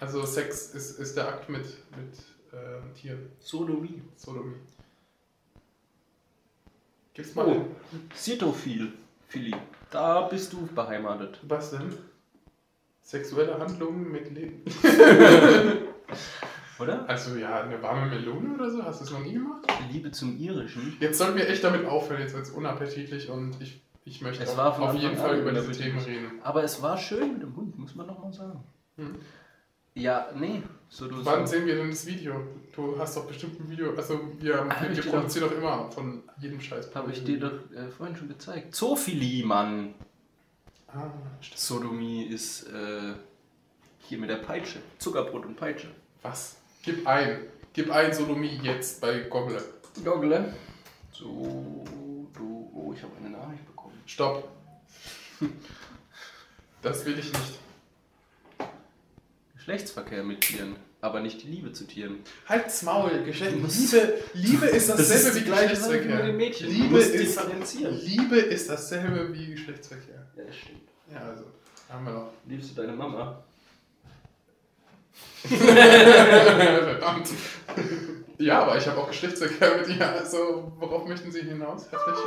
Speaker 1: Also Sex ist, ist der Akt mit, mit äh, Tieren.
Speaker 2: Sodomie.
Speaker 1: Sodomie. Gib's mal.
Speaker 2: Oh, Sitophil. Philly. Da bist du beheimatet.
Speaker 1: Was denn? Sexuelle Handlungen mit Leben.
Speaker 2: Oder?
Speaker 1: Also ja, eine warme Melone oder so? Hast du es noch nie gemacht?
Speaker 2: Liebe zum Irischen.
Speaker 1: Jetzt sollten wir echt damit aufhören, jetzt wird es unappetitlich und ich, ich möchte
Speaker 2: Es
Speaker 1: auf,
Speaker 2: war von
Speaker 1: auf
Speaker 2: Anfang
Speaker 1: jeden
Speaker 2: an
Speaker 1: Fall über diese Themen
Speaker 2: unappetitlich.
Speaker 1: reden.
Speaker 2: Aber es war schön mit dem Hund, muss man nochmal sagen.
Speaker 1: Hm.
Speaker 2: Ja, nee. So du
Speaker 1: Wann
Speaker 2: so.
Speaker 1: sehen wir denn das Video? Du hast doch bestimmt ein Video. Also wir,
Speaker 2: Ah, Hab ich
Speaker 1: wir
Speaker 2: dir
Speaker 1: produzieren doch immer von jedem Scheiß.
Speaker 2: Habe ich dir doch äh, vorhin schon gezeigt. Zoophilie, Mann.
Speaker 1: Ah, stimmt.
Speaker 2: Sodomie ist äh, hier mit der Peitsche. Zuckerbrot und Peitsche.
Speaker 1: was? Gib ein. Gib ein Sodomie jetzt bei Goggle. ne?
Speaker 2: Goggle. So, du. Oh, ich habe eine Nachricht bekommen.
Speaker 1: Stopp. Das will ich nicht.
Speaker 2: Geschlechtsverkehr mit Tieren, aber nicht die Liebe zu Tieren.
Speaker 1: Halt's Maul, Geschlecht.
Speaker 2: Du musst-
Speaker 1: Liebe, Liebe ist
Speaker 2: Das
Speaker 1: dasselbe
Speaker 2: ist die
Speaker 1: wie
Speaker 2: gleiche Sache wie mit
Speaker 1: Geschlechtsverkehr.
Speaker 2: den Mädchen. Du
Speaker 1: Liebe,
Speaker 2: musst
Speaker 1: ist,
Speaker 2: differenzieren.
Speaker 1: Liebe ist dasselbe wie Geschlechtsverkehr.
Speaker 2: Ja, das stimmt.
Speaker 1: Ja, also, haben wir noch.
Speaker 2: Liebst du deine Mama?
Speaker 1: Verdammt. Ja, aber ich habe auch Geschlechtsverkehr mit ihr. Also, worauf möchten Sie hinaus, Herr Fläche?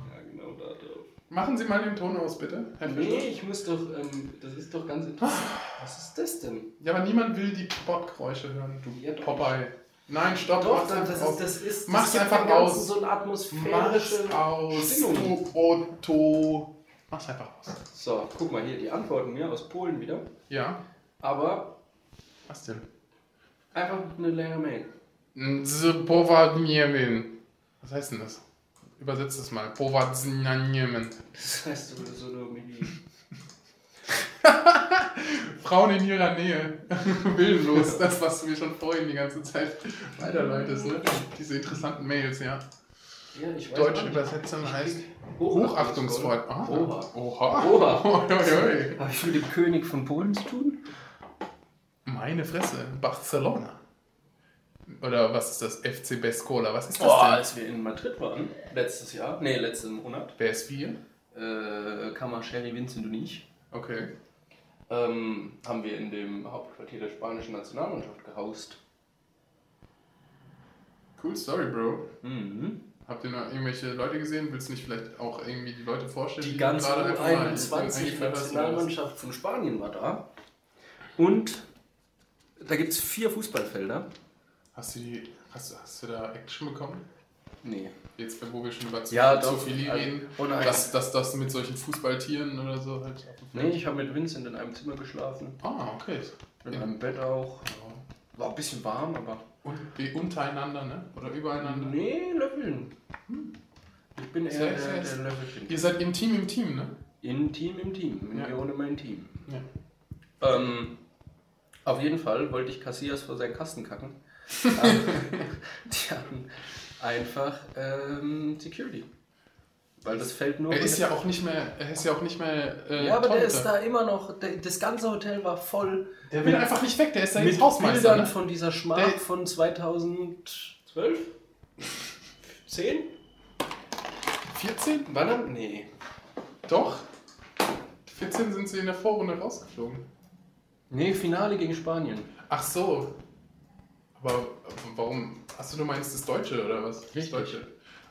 Speaker 2: Ja, genau da drauf.
Speaker 1: Machen Sie mal den Ton aus, bitte, Herr Fläche.
Speaker 2: Äh, Nee, ich muss doch, ähm, das ist doch ganz interessant.
Speaker 1: Ah.
Speaker 2: Was ist das denn?
Speaker 1: Ja, aber niemand will die Popgeräusche hören, du
Speaker 2: Ja, doch.
Speaker 1: Popeye. Nein, stopp, mach's einfach aus.
Speaker 2: ist,
Speaker 1: Mach's
Speaker 2: gibt
Speaker 1: einfach
Speaker 2: dem Ganzen
Speaker 1: aus.
Speaker 2: so eine
Speaker 1: Mach's
Speaker 2: atmosphärische
Speaker 1: aus,
Speaker 2: Stimmung.
Speaker 1: du Otto. Mach's einfach aus.
Speaker 2: So, guck mal hier, die Antworten mir aus Polen wieder.
Speaker 1: Ja,
Speaker 2: Aber
Speaker 1: was denn?
Speaker 2: einfach eine längere Mail.
Speaker 1: Powadniemen. Was heißt denn das? Übersetzt es mal. Powadniemen.
Speaker 2: Das heißt so, so eine Mini.
Speaker 1: Frauen in ihrer Nähe. Willenlos. Das, was du mir schon vorhin die ganze Zeit weiterleitest, ne? Diese interessanten Mails, ja.
Speaker 2: Ja, ich weiß
Speaker 1: Deutsche
Speaker 2: auch nicht.
Speaker 1: Übersetzung heißt
Speaker 2: Hochachtungsvoll.
Speaker 1: Hochachtungsvoll. Ah.
Speaker 2: Oha.
Speaker 1: Oha.
Speaker 2: Oha.
Speaker 1: Oi, oi, oi.
Speaker 2: Habe ich mit dem König von Polen zu tun?
Speaker 1: Meine Fresse. Barcelona. Oder was ist das? FC Bescola. Was ist das
Speaker 2: Boah,
Speaker 1: denn?
Speaker 2: als wir in Madrid waren, letztes Jahr, nee, letzten Monat,
Speaker 1: PS4?
Speaker 2: äh, Kammer Sherry, Vincent und ich,
Speaker 1: Okay.
Speaker 2: ähm, haben wir in dem Hauptquartier der spanischen Nationalmannschaft gehaust.
Speaker 1: Cool Story, Bro.
Speaker 2: Mhm.
Speaker 1: Habt ihr noch irgendwelche Leute gesehen? Willst du nicht vielleicht auch irgendwie die Leute vorstellen,
Speaker 2: Die ganze
Speaker 1: gerade einfach mal eingefallen hast, oder was?
Speaker 2: U21-Nationalmannschaft von Spanien war da. Und da gibt es vier Fußballfelder.
Speaker 1: Hast du, die, hast, du- hast du da Action bekommen?
Speaker 2: Nee.
Speaker 1: Jetzt, wo wir schon über zu,
Speaker 2: Ja,
Speaker 1: zu
Speaker 2: doch.
Speaker 1: viel
Speaker 2: Also,
Speaker 1: reden.
Speaker 2: oh nein.
Speaker 1: dass, dass das mit solchen Fußballtieren oder so halt auf dem
Speaker 2: Nee,
Speaker 1: Feld.
Speaker 2: ich habe mit Vincent in einem Zimmer geschlafen.
Speaker 1: Ah, okay.
Speaker 2: In
Speaker 1: Ja.
Speaker 2: einem Bett auch.
Speaker 1: Ja.
Speaker 2: War ein bisschen warm, aber.
Speaker 1: Und die untereinander, ne? Oder übereinander?
Speaker 2: Nee, Löffeln. Ich bin
Speaker 1: Sehr,
Speaker 2: eher der,
Speaker 1: sehr,
Speaker 2: der Löffelchen.
Speaker 1: Ihr seid im Team im Team, ne?
Speaker 2: Im Team, im Team. Mit
Speaker 1: Ja.
Speaker 2: mir ohne mein Team.
Speaker 1: Ja.
Speaker 2: Ähm, auf jeden Fall wollte ich Cassias vor seinen Kasten kacken. Ähm, die hatten einfach ähm, Security. Weil das fällt nur.
Speaker 1: Er ist ja auch nicht mehr, er ist ja auch nicht mehr. Äh,
Speaker 2: Ja, aber der
Speaker 1: Tomte.
Speaker 2: ist da immer noch. Der, das ganze Hotel war voll.
Speaker 1: Der will
Speaker 2: mit-
Speaker 1: einfach nicht weg, der ist ja
Speaker 2: mit
Speaker 1: jetzt Hausmeister.
Speaker 2: Bildern
Speaker 1: Ne?
Speaker 2: von dieser Schmach
Speaker 1: Der-
Speaker 2: von 2012? 10?
Speaker 1: ne? 14?
Speaker 2: Wann haben. Nee.
Speaker 1: Doch. 14 sind sie in der Vorrunde rausgeflogen.
Speaker 2: Nee, Finale gegen Spanien.
Speaker 1: Ach so. Aber aber warum? Achso, du meinst das Deutsche oder was? Das
Speaker 2: Richtig.
Speaker 1: Deutsche.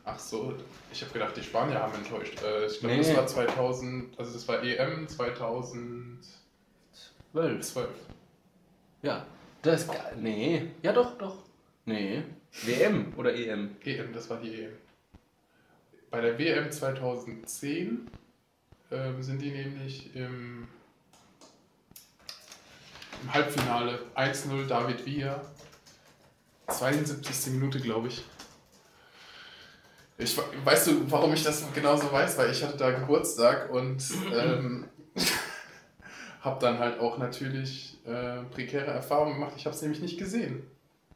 Speaker 1: Ach so, ich habe gedacht, die Spanier haben enttäuscht. Äh, ich glaube,
Speaker 2: Nee.
Speaker 1: das war 2000, also das war EM 2012.
Speaker 2: Wölfs. Ja. Das. ga- Nee. Ja, doch, doch. Nee. WM oder
Speaker 1: E
Speaker 2: EM?
Speaker 1: EM, das war die EM. Bei der WM 2010 ähm, sind die nämlich im, im Halbfinale 1-0 David Villa. 72. Minute, glaube ich. ich. we- Weißt du, warum ich das genauso weiß? Weil ich hatte da Geburtstag und ähm, habe dann halt auch natürlich äh, prekäre Erfahrungen gemacht. Ich habe es nämlich nicht gesehen.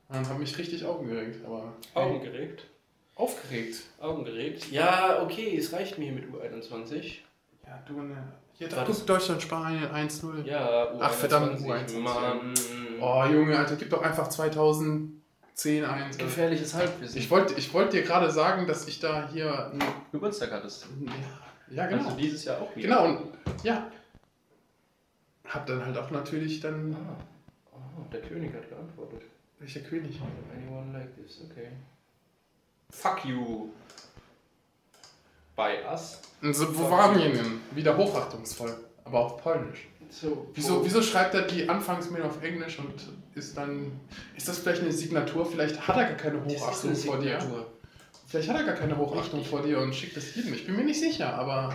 Speaker 1: Und habe mich richtig aufgeregt. Aber
Speaker 2: Augengeregt.
Speaker 1: Aufgeregt.
Speaker 2: Augengeregt. Ja, okay, es reicht mir mit U21.
Speaker 1: Ja, du ne. Hier,
Speaker 2: War
Speaker 1: da
Speaker 2: das-
Speaker 1: guck Deutschland, Spanien 1-0.
Speaker 2: Ja, U21.
Speaker 1: Ach, verdammt, U21,
Speaker 2: Mann.
Speaker 1: Oh, Junge, Alter, gib doch einfach 2010 ein.
Speaker 2: Gefährliches Halbwissen.
Speaker 1: Ich wollte ich wollt dir gerade sagen, dass ich da hier.
Speaker 2: Geburtstag hattest.
Speaker 1: Ja, genau.
Speaker 2: Also dieses Jahr auch wieder.
Speaker 1: Genau, und ja. Hab dann halt auch natürlich dann.
Speaker 2: Ah. Oh, der König hat geantwortet.
Speaker 1: Welcher König?
Speaker 2: Anyone like this? Okay. Fuck you. By us.
Speaker 1: In Slowenien. Wieder hochachtungsvoll. Aber auf Polnisch.
Speaker 2: So,
Speaker 1: Wieso, wieso schreibt er die Anfangsmail auf Englisch und ist dann. Ist das vielleicht eine Signatur? Vielleicht hat er gar keine Hochachtung vor dir. Vielleicht hat er gar keine Hochachtung
Speaker 2: Richtig.
Speaker 1: vor dir und schickt es jedem. Ich bin mir nicht sicher, aber.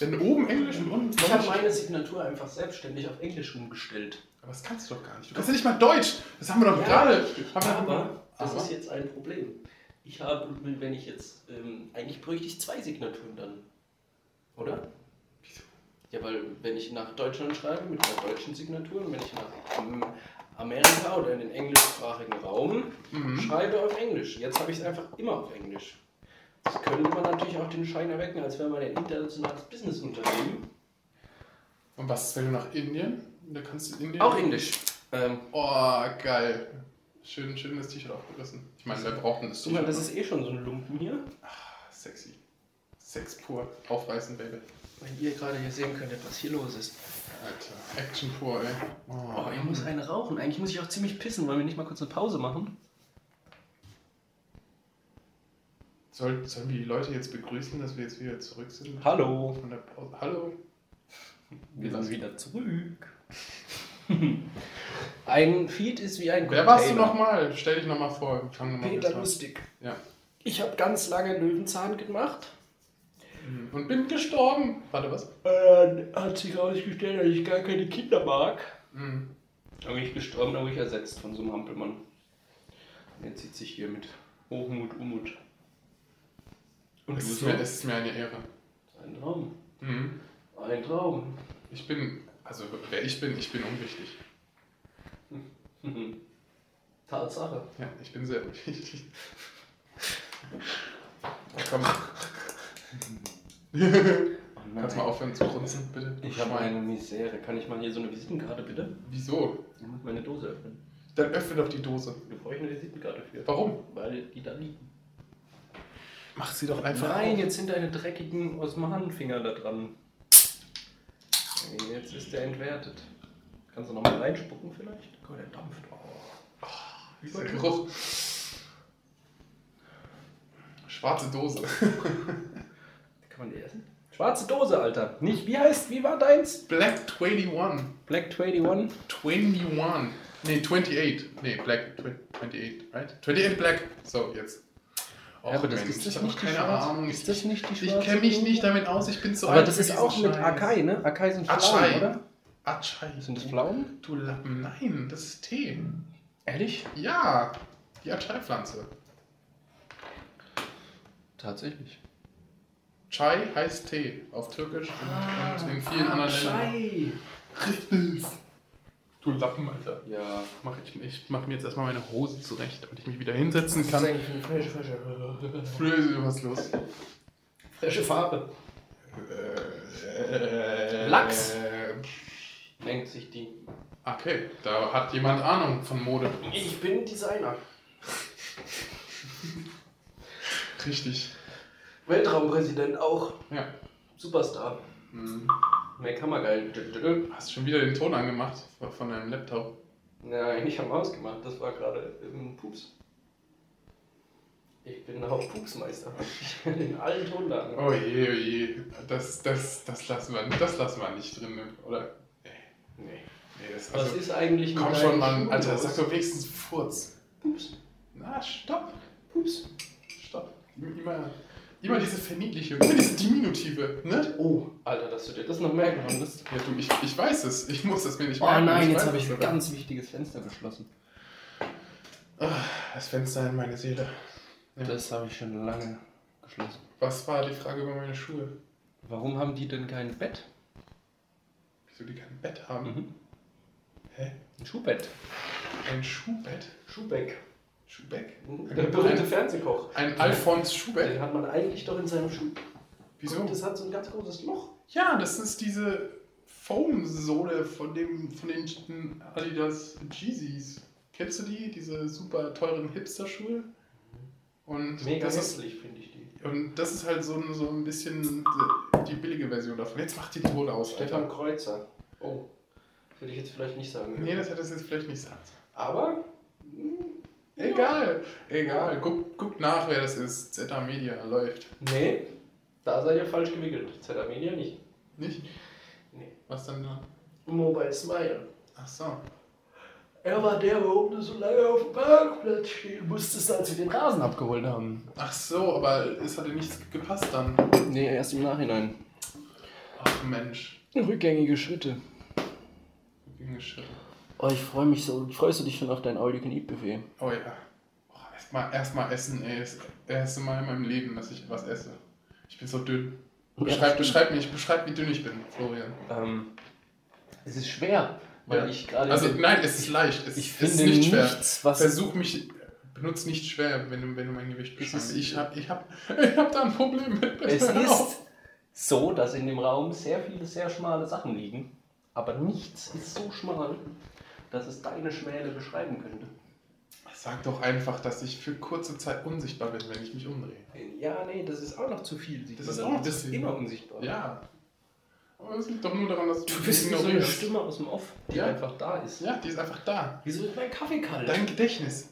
Speaker 1: Wenn oben Englisch und unten
Speaker 2: Ich habe
Speaker 1: Deutsch.
Speaker 2: meine Signatur einfach selbstständig auf Englisch umgestellt.
Speaker 1: Aber das kannst du doch gar nicht. Du kannst ja nicht mal Deutsch. Das haben wir doch
Speaker 2: Ja,
Speaker 1: gerade.
Speaker 2: richtig.
Speaker 1: Haben wir Ah. doch-
Speaker 2: Aber das
Speaker 1: Aber?
Speaker 2: ist jetzt ein Problem. Ich habe, wenn ich jetzt, ähm, eigentlich bräuchte ich zwei Signaturen dann. Oder?
Speaker 1: Wieso?
Speaker 2: Ja, weil wenn ich nach Deutschland schreibe mit einer deutschen Signatur und wenn ich nach ähm, Amerika oder in den englischsprachigen Raum
Speaker 1: Mhm.
Speaker 2: schreibe auf Englisch. Jetzt habe ich es einfach immer auf Englisch. Das könnte man natürlich auch den Schein erwecken, als wäre man ein internationales Businessunternehmen.
Speaker 1: Und was ist, wenn du nach Indien? Da kannst du Indien.
Speaker 2: Auch Englisch. Ähm,
Speaker 1: Oh, geil. Schön, schönes T-Shirt aufgerissen. Ich meine, wir brauchen das
Speaker 2: guck mal,
Speaker 1: T-Shirt.
Speaker 2: das ist eh schon so ein Lumpen hier.
Speaker 1: noch. sexy. Sex pur. Aufreißen, Baby.
Speaker 2: Wenn ihr gerade hier sehen könntet, was hier los ist.
Speaker 1: Alter. Action pur, ey.
Speaker 2: Oh, ich muss eine rauchen. Eigentlich muss ich auch ziemlich pissen. Wollen wir nicht mal kurz eine Pause machen?
Speaker 1: Soll, sollen wir die Leute jetzt begrüßen, dass wir jetzt wieder zurück sind?
Speaker 2: Hallo.
Speaker 1: Von der Pause. Hallo.
Speaker 2: Wir sind wieder zurück. ein Feed ist wie ein
Speaker 1: Wer warst du nochmal? Stell dich nochmal vor. Fang noch mal
Speaker 2: Peter
Speaker 1: kurz an.
Speaker 2: Lustig.
Speaker 1: Ja.
Speaker 2: Ich habe ganz lange Löwenzahn gemacht.
Speaker 1: Mhm. Und bin gestorben. Warte, was?
Speaker 2: Äh, hat sich herausgestellt, dass ich gar keine Kinder mag.
Speaker 1: Mhm.
Speaker 2: Aber ich gestorben, aber ich ersetzt von so einem Hampelmann. Und Jetzt sitze ich hier mit Hochmut, Unmut. Und du
Speaker 1: Es, ist
Speaker 2: so.
Speaker 1: mir, es ist mir eine Ehre.
Speaker 2: Ein Traum.
Speaker 1: Mhm.
Speaker 2: Ein Traum.
Speaker 1: Ich bin, also wer ich bin, ich bin unwichtig.
Speaker 2: Tatsache.
Speaker 1: Ja, ich bin sehr unwichtig. Oh, komm,
Speaker 2: Oh
Speaker 1: kannst mal aufhören zu grunzen, bitte? du
Speaker 2: Ich habe
Speaker 1: Schwein.
Speaker 2: eine Misere. Kann ich mal hier so eine Visitenkarte bitte?
Speaker 1: Wieso?
Speaker 2: Ich muss meine Dose öffnen.
Speaker 1: Dann öffne doch die Dose.
Speaker 2: Da brauche ich eine Visitenkarte für.
Speaker 1: Warum?
Speaker 2: Weil die da liegen.
Speaker 1: Mach sie doch einfach
Speaker 2: Nein,
Speaker 1: auf.
Speaker 2: jetzt sind deine dreckigen Osmanenfinger da dran. Jetzt ist der entwertet. Kannst du nochmal reinspucken vielleicht? Oh, der dampft. Oh.
Speaker 1: Dieser Geruch. Schwarze Dose.
Speaker 2: Kann man die essen? Schwarze Dose, Alter. Nicht, wie heißt, wie war deins?
Speaker 1: Black 21.
Speaker 2: Black 21.
Speaker 1: 21. Nee, 28. Nee, Black. tw- 28, right? 28 Black. So, jetzt. Och, Mensch, ich hab keine Ahnung.
Speaker 2: Ist das nicht die
Speaker 1: ich ich kenne mich nicht damit aus, ich bin zu
Speaker 2: Aber
Speaker 1: alt
Speaker 2: das
Speaker 1: für
Speaker 2: ist
Speaker 1: diesen
Speaker 2: auch mit
Speaker 1: Scheiß.
Speaker 2: Akai, ne? Akai sind Pflaumen,
Speaker 1: Achai.
Speaker 2: oder?
Speaker 1: Achai.
Speaker 2: Sind das Pflaumen?
Speaker 1: Du Lappen, nein, das ist Tee.
Speaker 2: Ehrlich?
Speaker 1: Ja, die Achai-Pflanze.
Speaker 2: Tatsächlich.
Speaker 1: Chai heißt Tee auf Türkisch und,
Speaker 3: Ah,
Speaker 1: und in vielen anderen Ländern.
Speaker 2: Schei.
Speaker 1: Richtig. Du Lappen, Alter.
Speaker 2: Ja.
Speaker 1: Mach ich, ich mache mir jetzt erstmal meine Hose zurecht, damit ich mich wieder hinsetzen
Speaker 2: Das ist
Speaker 1: kann.
Speaker 2: eigentlich eine frische, frische,
Speaker 1: Flöse, was ist los?
Speaker 2: frische Farbe.
Speaker 1: Äh,
Speaker 2: Lachs.
Speaker 1: äh,
Speaker 2: Denkt sich die.
Speaker 1: Okay, da hat jemand Ahnung von Mode.
Speaker 2: Ich bin Designer.
Speaker 1: Richtig.
Speaker 2: Weltraumpräsident auch.
Speaker 1: Ja.
Speaker 2: Superstar.
Speaker 1: Mhm.
Speaker 3: Mehr Kammergeil. Dö, dö, dö.
Speaker 1: Hast schon wieder den Ton angemacht von deinem Laptop.
Speaker 3: Nein, ich habe ausgemacht. Das war gerade im Pups. Ich bin auch Pupsmeister. Ich bin in allen Tonlagen.
Speaker 1: Oh je, oh je. Das, das, das, lassen wir, das lassen wir nicht drin, oder?
Speaker 3: Nee.
Speaker 1: Nee, das,
Speaker 3: Was
Speaker 1: also,
Speaker 3: ist eigentlich
Speaker 1: komm schon,
Speaker 3: deinen
Speaker 1: Mann.
Speaker 3: Schuhen
Speaker 1: Alter,
Speaker 3: los?
Speaker 1: sag doch wenigstens Furz.
Speaker 3: Pups.
Speaker 1: Na, stopp.
Speaker 3: Pups.
Speaker 1: Stopp. Immer, immer diese Verniedlichung, immer diese Diminutive, ne?
Speaker 3: Oh, Alter, dass du dir das noch merken konntest.
Speaker 1: Ja, du, ich, ich weiß es. Ich muss das mir nicht
Speaker 3: Oh
Speaker 1: merken.
Speaker 3: nein, jetzt
Speaker 1: weiß
Speaker 3: habe
Speaker 1: es
Speaker 3: ich ein
Speaker 1: sogar.
Speaker 3: ganz wichtiges Fenster geschlossen.
Speaker 1: Das Fenster in meine Seele. Ja.
Speaker 3: Das habe ich schon lange geschlossen.
Speaker 1: Was war die Frage über meine Schuhe?
Speaker 3: Warum haben die denn kein Bett?
Speaker 1: Wieso die kein Bett haben?
Speaker 3: Mhm.
Speaker 1: Hä?
Speaker 3: Ein Schuhbett.
Speaker 1: Ein Schuhbett?
Speaker 3: Schuhbeck.
Speaker 1: Schuhbeck?
Speaker 3: Der berühmte Fernsehkoch.
Speaker 1: Ein, ein Alfons
Speaker 3: Den
Speaker 1: Schuhbeck?
Speaker 3: hat man eigentlich doch in seinem Schuh.
Speaker 1: Wieso?
Speaker 3: Guck, Das hat so ein ganz großes Loch.
Speaker 1: Ja, das ist diese Foam-Sohle von, dem, von den Adidas Jeezys. Kennst du die? Diese super teuren Hipster-Schuhe? Und,
Speaker 3: Mega
Speaker 1: das ist-
Speaker 3: hässlich, finde ich die.
Speaker 1: und das ist halt so, ein- so ein bisschen die- die billige Version davon. Jetzt macht die Tone aus,
Speaker 3: Stefan
Speaker 1: Alter.
Speaker 3: Kreuzer. Oh. Würde ich jetzt vielleicht nicht sagen.
Speaker 1: Nee, das hättest du jetzt vielleicht nicht sagen sollen.
Speaker 3: Aber. hm,
Speaker 1: Egal, egal. Guck, guck nach, wer das ist. ZA Media läuft.
Speaker 3: Nee, da seid ihr falsch gewickelt. ZA Media nicht.
Speaker 1: Nicht?
Speaker 3: Nee.
Speaker 1: Was dann da?
Speaker 3: Mobile Smile.
Speaker 1: Ach so.
Speaker 3: Er war der, warum du so lange auf dem Parkplatz stehen musstest, als wir den Rasen abgeholt haben.
Speaker 1: Ach so, aber es hatte nichts gepasst dann.
Speaker 3: Nee, erst im Nachhinein.
Speaker 1: Ach Mensch.
Speaker 3: Rückgängige Schritte.
Speaker 1: Gegen Schritte.
Speaker 3: Oh, ich freue mich so. Freust du dich schon auf dein All-You-Can-Eat-Buffet?
Speaker 1: Oh ja. Oh, Erstmal erst mal essen, ey. Das erste Mal in meinem Leben, dass ich was esse. Ich bin so dünn.
Speaker 3: Ja,
Speaker 1: Beschreib,
Speaker 3: das
Speaker 1: beschreib mich, beschreib, wie dünn ich bin, Florian.
Speaker 3: Ähm, es ist schwer, weil
Speaker 1: Ja.
Speaker 3: ich gerade.
Speaker 1: Also nein, es ist leicht. Es
Speaker 3: ich
Speaker 1: es
Speaker 3: finde
Speaker 1: ist nicht schwer.
Speaker 3: nichts, was.
Speaker 1: Versuch mich, benutz nicht schwer, wenn du, wenn du mein Gewicht
Speaker 3: Es ist-
Speaker 1: beschreibst. Ich hab, ich, hab, ich hab da ein Problem mit.
Speaker 3: es
Speaker 1: Hör auf.
Speaker 3: ist so, dass in dem Raum sehr viele sehr schmale Sachen liegen, aber nichts ist so schmal, dass es deine Schmäle beschreiben könnte.
Speaker 1: Sag doch einfach, dass ich für kurze Zeit unsichtbar bin, wenn ich mich umdrehe.
Speaker 3: Ja, nee, das ist auch noch zu viel.
Speaker 1: Das ist auch noch zu viel.
Speaker 3: immer unsichtbar.
Speaker 1: Ja. Aber es liegt doch nur daran, dass
Speaker 3: Du bist wie so eine Stimme aus dem Off, die
Speaker 1: Ja.
Speaker 3: einfach da ist.
Speaker 1: Ja, die ist einfach da.
Speaker 3: Wieso ist mein Kaffee kalt?
Speaker 1: Dein Gedächtnis.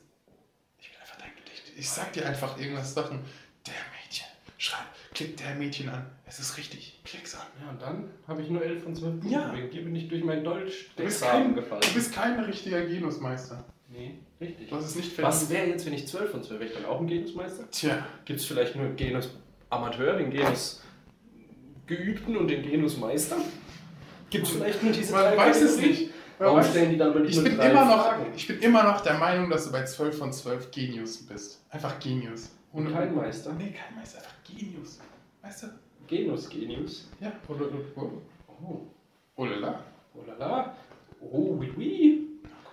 Speaker 1: Ich bin einfach dein Gedächtnis. Ich sag dir einfach irgendwas Sachen. Der Mädchen. Schreib. Klick der Mädchen an. Es ist richtig. Klick's an.
Speaker 3: ja, und dann habe ich nur 11 von 12 Punkten.
Speaker 1: Ja.
Speaker 3: Wegen dir bin ich durch mein Deutsch
Speaker 1: Du bist,
Speaker 3: Examen
Speaker 1: kein, du bist kein richtiger Genusmeister.
Speaker 3: Nee, richtig.
Speaker 1: Du hast es nicht
Speaker 3: Was wäre jetzt, wenn ich 12 von 12 wäre? Ich dann auch ein Genusmeister?
Speaker 1: Tja,
Speaker 3: Gibt es vielleicht nur den Genus Amateur, den Genus Geübten und den Genus Meister? Gibt es vielleicht nur diese
Speaker 1: man
Speaker 3: drei
Speaker 1: weiß es
Speaker 3: Kategorien?
Speaker 1: nicht. Wer
Speaker 3: Warum
Speaker 1: weiß-
Speaker 3: stellen die dann aber nicht
Speaker 1: Ich
Speaker 3: nur
Speaker 1: bin,
Speaker 3: drei
Speaker 1: immer noch,
Speaker 3: Fragen?
Speaker 1: ich bin immer noch der Meinung, dass du bei 12 von 12 Genius bist. Einfach Genius.
Speaker 3: Und kein Meister.
Speaker 1: Nee, kein Meister, einfach Genius. Weißt du?
Speaker 3: Genus, Genius.
Speaker 1: Ja. Oder, oder, oder.
Speaker 3: Oh,
Speaker 1: Oder da.
Speaker 3: oh la la. Oh, oui, oui.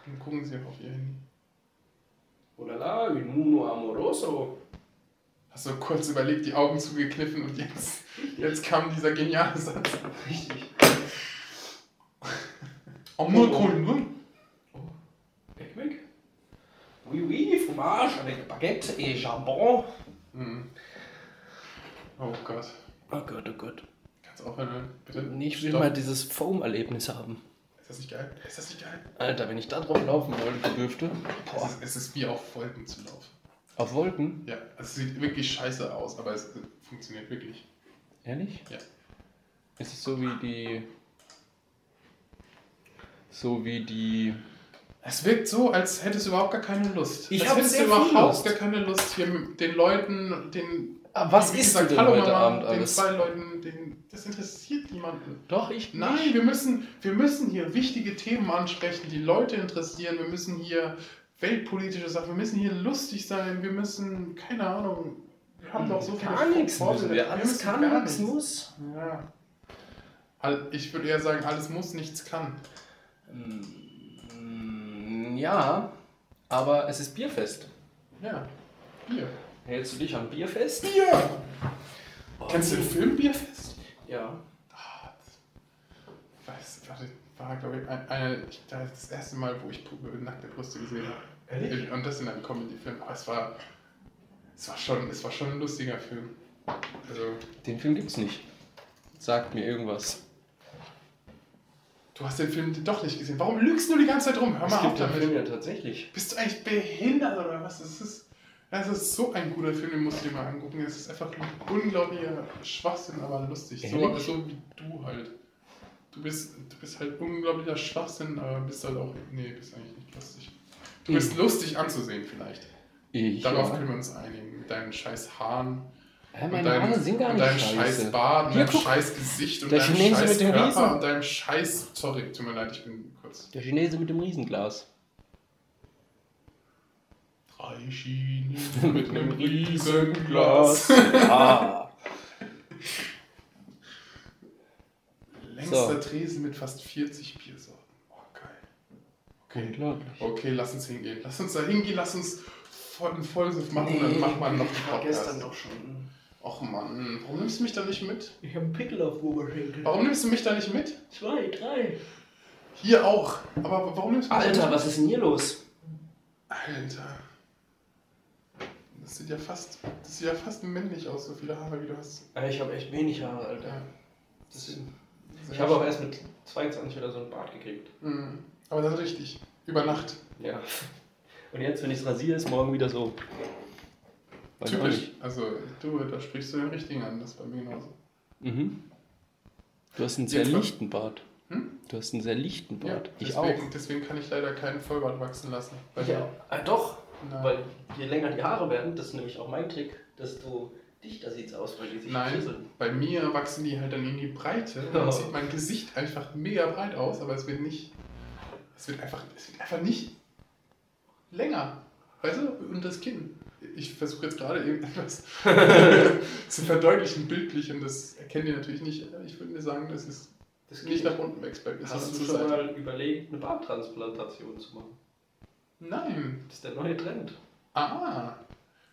Speaker 1: Gucken, gucken sie auf ihr Handy.
Speaker 3: Oh la la, un mundo amoroso.
Speaker 1: Hast du kurz überlegt, die Augen zugekniffen und jetzt, jetzt kam dieser geniale Satz.
Speaker 3: Richtig.
Speaker 1: Omnokon.
Speaker 3: Weg, weg. Oui, oui, fromage avec baguette et jambon.
Speaker 1: Mhm. Oh Gott.
Speaker 3: Oh Gott, oh Gott.
Speaker 1: Kannst aufhören, bitte?
Speaker 3: Ich will
Speaker 1: Stopp.
Speaker 3: mal dieses Foam-Erlebnis haben.
Speaker 1: Ist das nicht geil? Ist das nicht geil?
Speaker 3: Alter, wenn ich da drauf laufen wollte, dürfte.
Speaker 1: Es
Speaker 3: Boah,
Speaker 1: ist, es ist wie auf Wolken zu laufen.
Speaker 3: auf Wolken?
Speaker 1: Ja, es sieht wirklich scheiße aus, aber es äh, funktioniert wirklich.
Speaker 3: Ehrlich?
Speaker 1: Ja.
Speaker 3: Ist es so wie die. So wie die.
Speaker 1: Es wirkt so, als hättest du überhaupt gar keine Lust.
Speaker 3: Ich
Speaker 1: als
Speaker 3: habe
Speaker 1: hättest
Speaker 3: sehr
Speaker 1: du
Speaker 3: viel
Speaker 1: überhaupt
Speaker 3: Lust.
Speaker 1: gar keine Lust, hier mit den Leuten, den.
Speaker 3: Ah, was
Speaker 1: wie
Speaker 3: isst
Speaker 1: gesagt,
Speaker 3: du denn
Speaker 1: Hallo
Speaker 3: heute
Speaker 1: Mama,
Speaker 3: Abend
Speaker 1: den
Speaker 3: alles?
Speaker 1: zwei Leuten, den, das interessiert niemanden.
Speaker 3: Doch, ich.
Speaker 1: Nein, wir müssen, wir müssen hier wichtige Themen ansprechen, die Leute interessieren. Wir müssen hier weltpolitische Sachen, wir müssen hier lustig sein, wir müssen, keine Ahnung, wir haben doch so viele
Speaker 3: Hm, Gar nichts
Speaker 1: Vorbilder.
Speaker 3: müssen wir. Alles
Speaker 1: müssen
Speaker 3: kann,
Speaker 1: gar
Speaker 3: nichts
Speaker 1: nichts.
Speaker 3: muss.
Speaker 1: Ja. Al- Ich würde eher sagen, alles muss, nichts kann.
Speaker 3: Mm, Ja, aber es ist Bierfest.
Speaker 1: Ja. Bier.
Speaker 3: Hältst du dich am Bierfest?
Speaker 1: Bier! Kennst du den Film Bierfest?
Speaker 3: Ja.
Speaker 1: Ah, weiß, warte, war, glaube ich, ein, eine, ich, das, ist das erste Mal, wo ich pu- äh, nackte Brüste gesehen habe.
Speaker 3: Ehrlich?
Speaker 1: Und das in einem Comedy-Film. Aber es war, es, war schon, es war schon ein lustiger Film. Also,
Speaker 3: Den Film gibt's nicht. Sagt mir irgendwas.
Speaker 1: Du hast den Film doch nicht gesehen. Warum lügst du die ganze Zeit rum? Hör
Speaker 3: Es
Speaker 1: mal auf
Speaker 3: gibt den
Speaker 1: damit.
Speaker 3: Film ja tatsächlich.
Speaker 1: Bist du eigentlich behindert oder was? Das ist, das ist so ein guter Film, den musst du dir mal angucken. Das ist einfach ein unglaublicher Schwachsinn, aber lustig. So,
Speaker 3: Ehrlich?
Speaker 1: so wie du halt. Du bist, du bist halt unglaublicher Schwachsinn, aber bist halt auch. Nee, bist eigentlich nicht lustig. Du bist lustig anzusehen, vielleicht.
Speaker 2: Hm. Ich.
Speaker 1: Darauf
Speaker 2: ja.
Speaker 1: können wir uns einigen. Mit deinen scheiß Haaren.
Speaker 2: Hä,
Speaker 1: und
Speaker 2: meine
Speaker 1: deinem-
Speaker 2: Haare sind gar
Speaker 1: und
Speaker 2: nicht
Speaker 1: deinem
Speaker 2: scheiße.
Speaker 1: scheiß Bart, und
Speaker 2: Hier,
Speaker 1: deinem
Speaker 2: guck.
Speaker 1: scheiß Gesicht und
Speaker 2: Der
Speaker 1: deinem
Speaker 2: Chinese
Speaker 1: scheiß
Speaker 2: mit dem
Speaker 1: Körper
Speaker 2: Riesen.
Speaker 1: und deinem scheiß. Sorry, tut mir leid, ich bin kurz.
Speaker 2: Der Chinese mit dem Riesenglas.
Speaker 1: Drei Schienen mit einem Riesenglas.
Speaker 2: ah.
Speaker 1: Längster
Speaker 2: So.
Speaker 1: Tresen mit fast 40 Biersorten. Oh, geil. Okay.
Speaker 2: Unglaublich.
Speaker 1: Okay, lass uns hingehen. Lass uns da hingehen, lass uns voll, einen Vollsuff machen,
Speaker 3: Nee,
Speaker 1: dann mach mal noch
Speaker 3: Ich
Speaker 1: einen
Speaker 3: war gestern
Speaker 1: Podcast.
Speaker 3: doch schon.
Speaker 1: Och Mann, warum nimmst du mich da nicht mit?
Speaker 3: Ich habe einen Pickel auf dem Oberschenkel.
Speaker 1: Warum nimmst du mich da nicht mit?
Speaker 3: Zwei, drei.
Speaker 1: Hier auch. Aber warum nimmst du mich
Speaker 3: Alter,
Speaker 1: da nicht
Speaker 3: was ist denn hier los?
Speaker 1: Alter. Das sieht ja fast, das sieht ja fast männlich aus, so viele Haare wie du hast.
Speaker 3: Äh, Ich habe echt wenig Haare, Alter.
Speaker 1: Ja,
Speaker 3: Das ist-
Speaker 1: sehr
Speaker 3: Ich habe auch
Speaker 1: schön.
Speaker 3: erst mit 22 oder so einen Bart gekriegt.
Speaker 1: Mhm. Aber dann richtig. Über Nacht.
Speaker 3: Ja.
Speaker 2: Und jetzt, wenn ich es rasiere, ist morgen wieder so. Weiß auch
Speaker 1: Typisch.
Speaker 2: nicht.
Speaker 1: Also, du, da sprichst du den richtigen an, das ist bei mir genauso.
Speaker 2: Mhm. Du hast einen sehr
Speaker 1: Jetzt was?
Speaker 2: lichten Bart.
Speaker 1: Hm?
Speaker 2: Du hast einen sehr lichten
Speaker 1: Ja,
Speaker 2: Bart. ich auch.
Speaker 1: deswegen, deswegen kann ich leider keinen Vollbart wachsen lassen. Weil
Speaker 3: ja. Ah, doch,
Speaker 1: Nein.
Speaker 3: weil je länger die Haare werden, das ist nämlich auch mein Trick, desto dichter sieht es aus, weil die sich
Speaker 1: Nein,
Speaker 3: kriseln.
Speaker 1: bei mir wachsen die halt dann in die Breite und
Speaker 3: Ja.
Speaker 1: dann sieht mein Gesicht einfach mega breit aus, aber es wird nicht, es wird einfach, es wird einfach nicht länger, weißt du, und das Kinn. Ich versuche jetzt gerade irgendetwas zu verdeutlichen, bildlich, und das erkennen die natürlich nicht. Ich würde mir sagen, dass es
Speaker 3: Das geht
Speaker 1: nicht nach unten wächst bei mir.
Speaker 3: Hast
Speaker 1: sondern
Speaker 3: du
Speaker 1: zur
Speaker 3: schon
Speaker 1: Seite.
Speaker 3: mal überlegt, eine Barttransplantation zu machen?
Speaker 1: Nein.
Speaker 3: Das ist der neue Trend.
Speaker 1: Ah.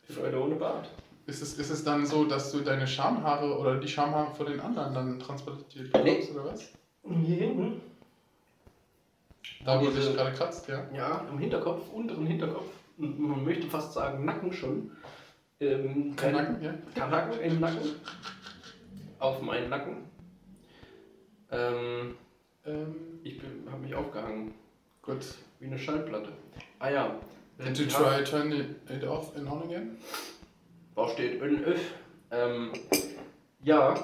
Speaker 3: Für Leute ohne Bart.
Speaker 1: Ist es, ist es dann so, dass du deine Schamhaare oder die Schamhaare von den anderen dann transportiert
Speaker 3: Nee.
Speaker 1: bekommst, oder was?
Speaker 3: Und hier hinten?
Speaker 1: Da, wo du
Speaker 3: Diese-
Speaker 1: dich gerade kratzt, ja.
Speaker 3: Ja, im Hinterkopf, unteren Hinterkopf. Und Man möchte fast sagen Nacken schon. Ähm,
Speaker 1: Kein
Speaker 3: deine-
Speaker 1: Nacken, ja.
Speaker 3: Kanaken im Nacken. Auf meinen Nacken. Ähm,
Speaker 1: Ähm,
Speaker 3: ich habe mich aufgehangen.
Speaker 1: gut.
Speaker 3: Wie eine Schallplatte. Ah ja.
Speaker 1: Did you try turn it, it off and on again?
Speaker 3: Bauch steht Ön Öff. Ähm, ja.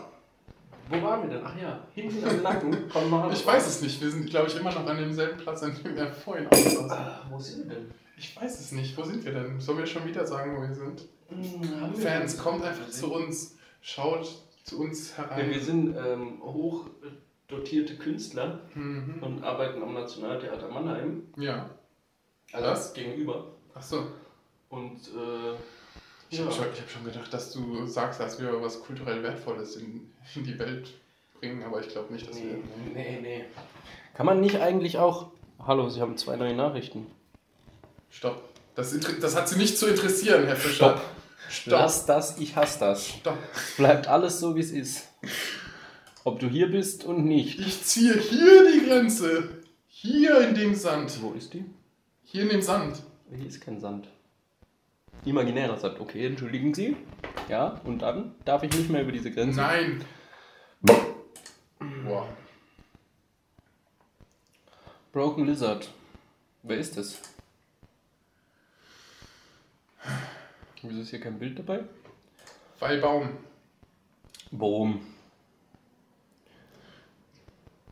Speaker 3: Wo waren wir denn? Ach ja, hinten am Nacken. Komm mal.
Speaker 1: Ich weiß es nicht. Wir sind, glaube ich, immer noch an demselben Platz, an dem wir vorhin auch saßen.
Speaker 3: Ah, wo sind wir denn?
Speaker 1: Ich weiß es nicht. Wo sind wir denn? Sollen wir schon wieder sagen, wo wir sind?
Speaker 3: Hm, haben wir
Speaker 1: Fans,
Speaker 3: denn-
Speaker 1: kommt einfach zu uns. Schaut zu uns
Speaker 3: Ja, wir
Speaker 1: herein.
Speaker 3: sind ähm, hoch dotierte Künstler
Speaker 1: Mhm.
Speaker 3: und arbeiten am Nationaltheater Mannheim.
Speaker 1: Ja.
Speaker 3: Also
Speaker 1: Was?
Speaker 3: gegenüber.
Speaker 1: Ach so.
Speaker 3: Und äh,
Speaker 1: Ich habe schon, ich hab schon gedacht, dass du sagst, dass wir was kulturell Wertvolles in, in die Welt bringen, aber ich glaube nicht, dass wir.
Speaker 3: Nee, nee, nee.
Speaker 2: Kann man nicht eigentlich auch. Hallo, Sie haben zwei neue Nachrichten.
Speaker 1: Stopp. Das, inter- das hat sie nicht zu interessieren, Herr Fischer. Stopp.
Speaker 2: Lass das, ich hasse das.
Speaker 1: Stopp.
Speaker 2: Es bleibt alles so, wie es ist. Ob du hier bist und nicht.
Speaker 1: Ich ziehe hier die Grenze. Hier in dem Sand.
Speaker 2: Wo ist die?
Speaker 1: Hier in dem Sand.
Speaker 2: Hier ist kein Sand. Imaginärer Sand. Okay, entschuldigen Sie. Ja, und dann darf ich nicht mehr über diese Grenze.
Speaker 1: Nein. Boah.
Speaker 2: Broken Lizard. Wer ist das? Wieso ist hier kein Bild dabei?
Speaker 1: Weilbaum.
Speaker 2: Boom.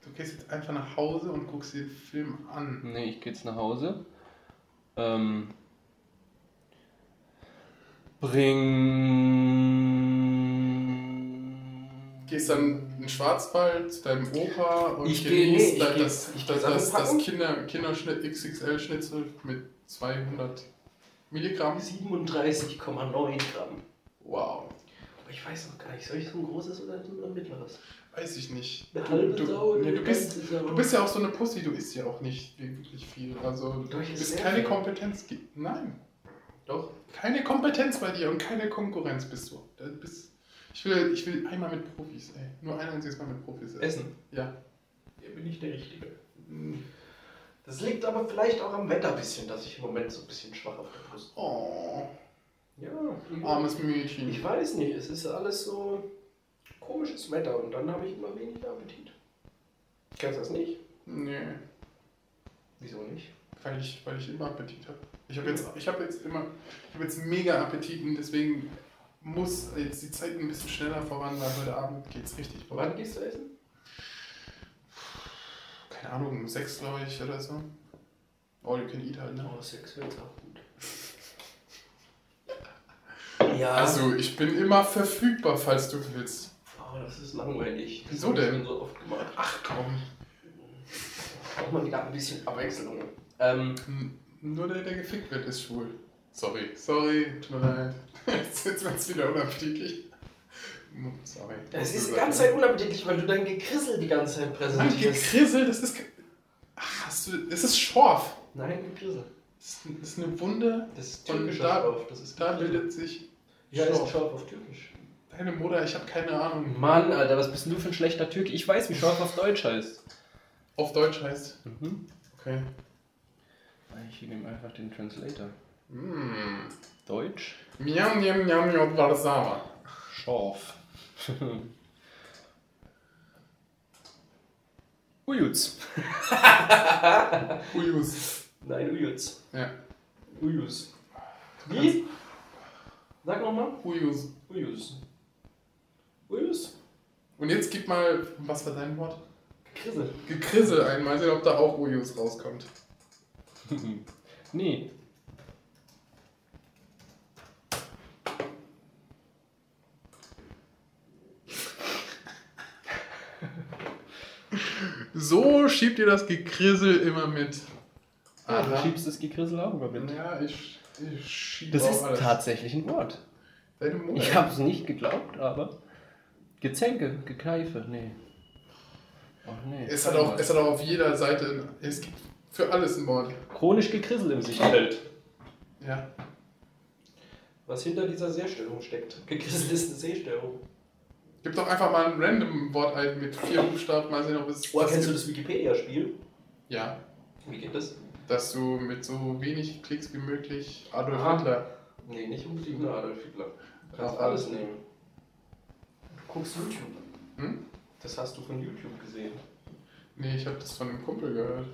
Speaker 1: Du gehst jetzt einfach nach Hause und guckst dir den Film an.
Speaker 2: Nee, ich gehe jetzt nach Hause. Ähm, bring.
Speaker 1: Gehst dann in den Schwarzwald zu deinem Opa und
Speaker 2: Ich geh-
Speaker 1: genießt
Speaker 3: nee, ich
Speaker 1: dann
Speaker 3: geh-
Speaker 1: das,
Speaker 3: ich geh
Speaker 1: das,
Speaker 3: Sachen
Speaker 1: das, das
Speaker 3: packen.
Speaker 1: Kinder, Kinderschnitt XXL-Schnitzel mit 200 Milligramm.
Speaker 3: 37,9 Gramm.
Speaker 1: Wow.
Speaker 3: Aber ich weiß noch gar nicht, soll ich so ein großes oder so ein mittleres?
Speaker 1: Weiß ich nicht.
Speaker 3: Eine
Speaker 1: Du,
Speaker 3: halbe
Speaker 1: du,
Speaker 3: Sau oder
Speaker 1: nee, du,
Speaker 3: eine
Speaker 1: bist,
Speaker 3: ganze Sau?
Speaker 1: du bist ja auch so eine Pussy, du isst ja auch nicht wirklich viel. Also du
Speaker 3: Doch, ich esse
Speaker 1: bist
Speaker 3: sehr
Speaker 1: keine
Speaker 3: viel.
Speaker 1: Kompetenz. ge- Nein.
Speaker 3: Doch.
Speaker 1: Keine Kompetenz bei dir und keine Konkurrenz bist du. Da bist, ich, will, ich will einmal mit Profis, ey. Nur ein einziges Mal mit Profis essen.
Speaker 3: Essen.
Speaker 1: Ja. Mm.
Speaker 3: Hier bin ich der Richtige. Das liegt aber vielleicht auch am Wetter ein bisschen, dass ich im Moment so ein bisschen schwach auf der Brust
Speaker 1: Oh,
Speaker 3: bin. Ja,
Speaker 1: ein armes Mädchen.
Speaker 3: Ich weiß nicht, es ist alles so komisches Wetter und dann habe ich immer weniger Appetit. Kennst du das nicht?
Speaker 1: Nee,
Speaker 3: Wieso nicht?
Speaker 1: weil ich, weil ich immer Appetit habe. Ich habe jetzt, ich hab jetzt immer, ich habe jetzt mega Appetit und deswegen muss jetzt die Zeit ein bisschen schneller voran, weil heute Abend geht es richtig voran.
Speaker 3: Wann gehst du essen?
Speaker 1: Keine Ahnung, um sechs glaube ich oder so. All you can eat halt, ne?
Speaker 3: Oh, Sex wird's auch gut. Ja.
Speaker 1: Also, ich bin immer verfügbar, falls du willst.
Speaker 3: Oh, das ist langweilig.
Speaker 1: Wieso denn?
Speaker 3: Das hab ich schon so oft gemacht.
Speaker 1: Ach komm.
Speaker 3: Braucht man wieder ein bisschen Abwechslung. Ähm,
Speaker 1: Hm, Nur der, der gefickt wird, ist schwul. Sorry. Sorry, tut mir leid. Jetzt wird es wieder unappetitlich. Hm, Sorry.
Speaker 3: es ist die ganze Zeit unappetitlich, weil du dein Gekrissel die ganze Zeit
Speaker 1: Nein,
Speaker 3: präsentierst.
Speaker 1: gekrisselt, das ist. ge- Ach, hast du. Es ist Schorf.
Speaker 3: Nein, Gekrissel.
Speaker 1: Das ist, das ist eine Wunde.
Speaker 3: Das ist
Speaker 1: Und
Speaker 3: türkisch
Speaker 1: da-
Speaker 3: drauf. Das ist
Speaker 1: Da
Speaker 3: Gekrissel.
Speaker 1: bildet sich.
Speaker 3: Ja, ist
Speaker 1: Schorf.
Speaker 3: Schorf auf Türkisch.
Speaker 1: Deine Mutter, ich habe keine Ahnung.
Speaker 2: Mann, Alter, was bist denn du für ein schlechter Türke? Ich weiß, wie Schorf auf Deutsch heißt.
Speaker 1: Auf Deutsch heißt.
Speaker 2: Mhm.
Speaker 1: Okay.
Speaker 2: Ich nehme einfach den Translator.
Speaker 1: Mm.
Speaker 2: Deutsch?
Speaker 1: Miam, miam, miam, miam, Warszawa.
Speaker 2: Schorf. Ujuts.
Speaker 1: Ujus.
Speaker 3: Nein, Ujuz.
Speaker 1: Ja.
Speaker 3: Ujus. Wie? Sag nochmal.
Speaker 1: Ujus.
Speaker 3: Ujus. Ujus?
Speaker 1: Und jetzt gib mal. Was war dein Wort?
Speaker 3: Gekrissel.
Speaker 1: Gekrissel ein, mal sehen, ob da auch Ujus rauskommt.
Speaker 2: nee.
Speaker 1: So schiebt ihr das Gekrissel immer mit.
Speaker 2: Ah,
Speaker 1: Aha.
Speaker 2: du schiebst das Gekrissel auch über mit.
Speaker 1: Ja, ich, ich schiebe
Speaker 2: Das
Speaker 1: auch
Speaker 2: ist
Speaker 1: alles.
Speaker 2: tatsächlich ein Wort.
Speaker 1: Deine Mutter.
Speaker 2: Ich habe es nicht geglaubt, aber. Gezänke, Gekeife, nee. Ach nee.
Speaker 1: es, hat auch, es hat auch auf jeder Seite. Es gibt für alles ein Wort.
Speaker 2: Chronisch gekrissel im Sichtfeld.
Speaker 1: Halt. Ja.
Speaker 3: Was hinter dieser Sehstörung steckt. Gekrissel ist eine Sehstörung.
Speaker 1: Gib doch einfach mal ein random Wort ein mit vier Buchstaben, mal sehen, ob es.
Speaker 3: Oder kennst du das Wikipedia-Spiel?
Speaker 1: Ja.
Speaker 3: Wie geht das?
Speaker 1: Dass du mit so wenig Klicks wie möglich Adolf
Speaker 3: Ah.
Speaker 1: Hitler.
Speaker 3: Nee, nicht unbedingt nur Adolf Hitler. Du kannst
Speaker 1: Darf
Speaker 3: alles
Speaker 1: alles.
Speaker 3: nehmen. Du guckst YouTube.
Speaker 1: Hm?
Speaker 3: Das hast du von YouTube gesehen.
Speaker 1: Nee, ich habe das von einem Kumpel gehört.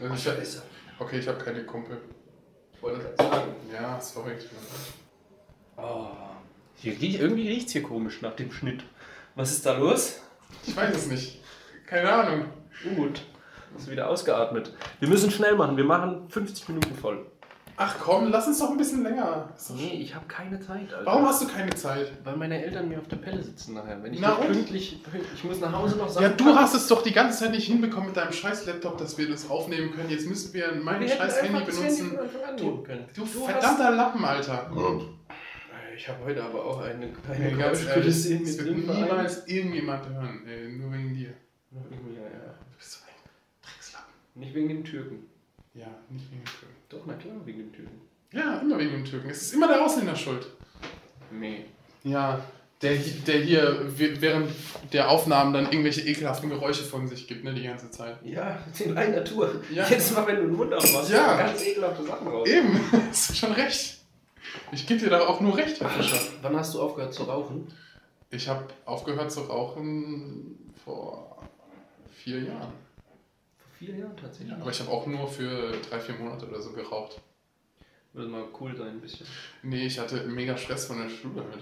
Speaker 1: Also ich hab, okay, ich habe keine Kumpel.
Speaker 3: Ich wollte gerade sagen.
Speaker 1: Ja, sorry.
Speaker 2: Oh. Hier riech, irgendwie riecht es hier komisch nach dem Schnitt. Was ist da los?
Speaker 1: Ich weiß es nicht. Keine Ahnung.
Speaker 2: Gut. Ist wieder ausgeatmet. Wir müssen schnell machen. Wir machen 50 Minuten voll.
Speaker 1: Ach komm, lass uns doch ein bisschen länger. Ist doch
Speaker 2: ich habe keine Zeit, Alter.
Speaker 1: Warum hast du keine Zeit?
Speaker 2: Weil meine Eltern mir auf der Pelle sitzen nachher. Wenn ich
Speaker 1: Na
Speaker 2: nicht
Speaker 1: und?
Speaker 2: pünktlich. Ich muss nach Hause noch
Speaker 1: Ja, du hast es doch die ganze Zeit nicht hinbekommen mit deinem scheiß Laptop, dass wir das aufnehmen können. Jetzt müssen wir mein
Speaker 2: Wir hätten
Speaker 1: scheiß Handy
Speaker 2: einfach das
Speaker 1: benutzen.
Speaker 2: von Anfang an nehmen können.
Speaker 1: Du,
Speaker 2: Du
Speaker 1: verdammter Lappen, Alter.
Speaker 3: Äh, Ich habe heute aber auch eine
Speaker 1: Nee,
Speaker 3: kleine
Speaker 1: ganz
Speaker 3: Geräuschkulisse
Speaker 1: ehrlich, es
Speaker 3: mit
Speaker 1: wird
Speaker 3: drin vereint.
Speaker 1: niemals irgendjemand hören. Ey, nur wegen dir.
Speaker 3: Ja, ja.
Speaker 1: Du bist so ein Dreckslappen.
Speaker 2: Nicht wegen dem Türken.
Speaker 1: Ja, nicht wegen dem Türken.
Speaker 2: Doch, na klar, wegen dem Türken.
Speaker 1: Ja, immer wegen dem Türken. Es ist immer der Ausländer schuld.
Speaker 2: Nee.
Speaker 1: Ja, der, hi- der hier w- während der Aufnahmen dann irgendwelche ekelhaften Geräusche von sich gibt, ne, die ganze Zeit.
Speaker 3: Ja, in einer Tour.
Speaker 1: Ja.
Speaker 3: Jedes Mal, wenn du den Mund aufmachst,
Speaker 1: Ja.
Speaker 3: kommen ganz ekelhafte Sachen raus.
Speaker 1: Eben, hast du schon recht. Ich gebe dir da auch nur recht, Herr Fischer.
Speaker 3: Wann hast du aufgehört zu rauchen?
Speaker 1: Ich habe aufgehört zu rauchen vor vier Jahren.
Speaker 3: Vor vier Jahren tatsächlich.
Speaker 1: Aber ich habe auch nur für drei, vier Monate oder so geraucht.
Speaker 3: Würde mal cool sein, ein bisschen.
Speaker 1: Nee, ich hatte mega Stress von der Schule mit.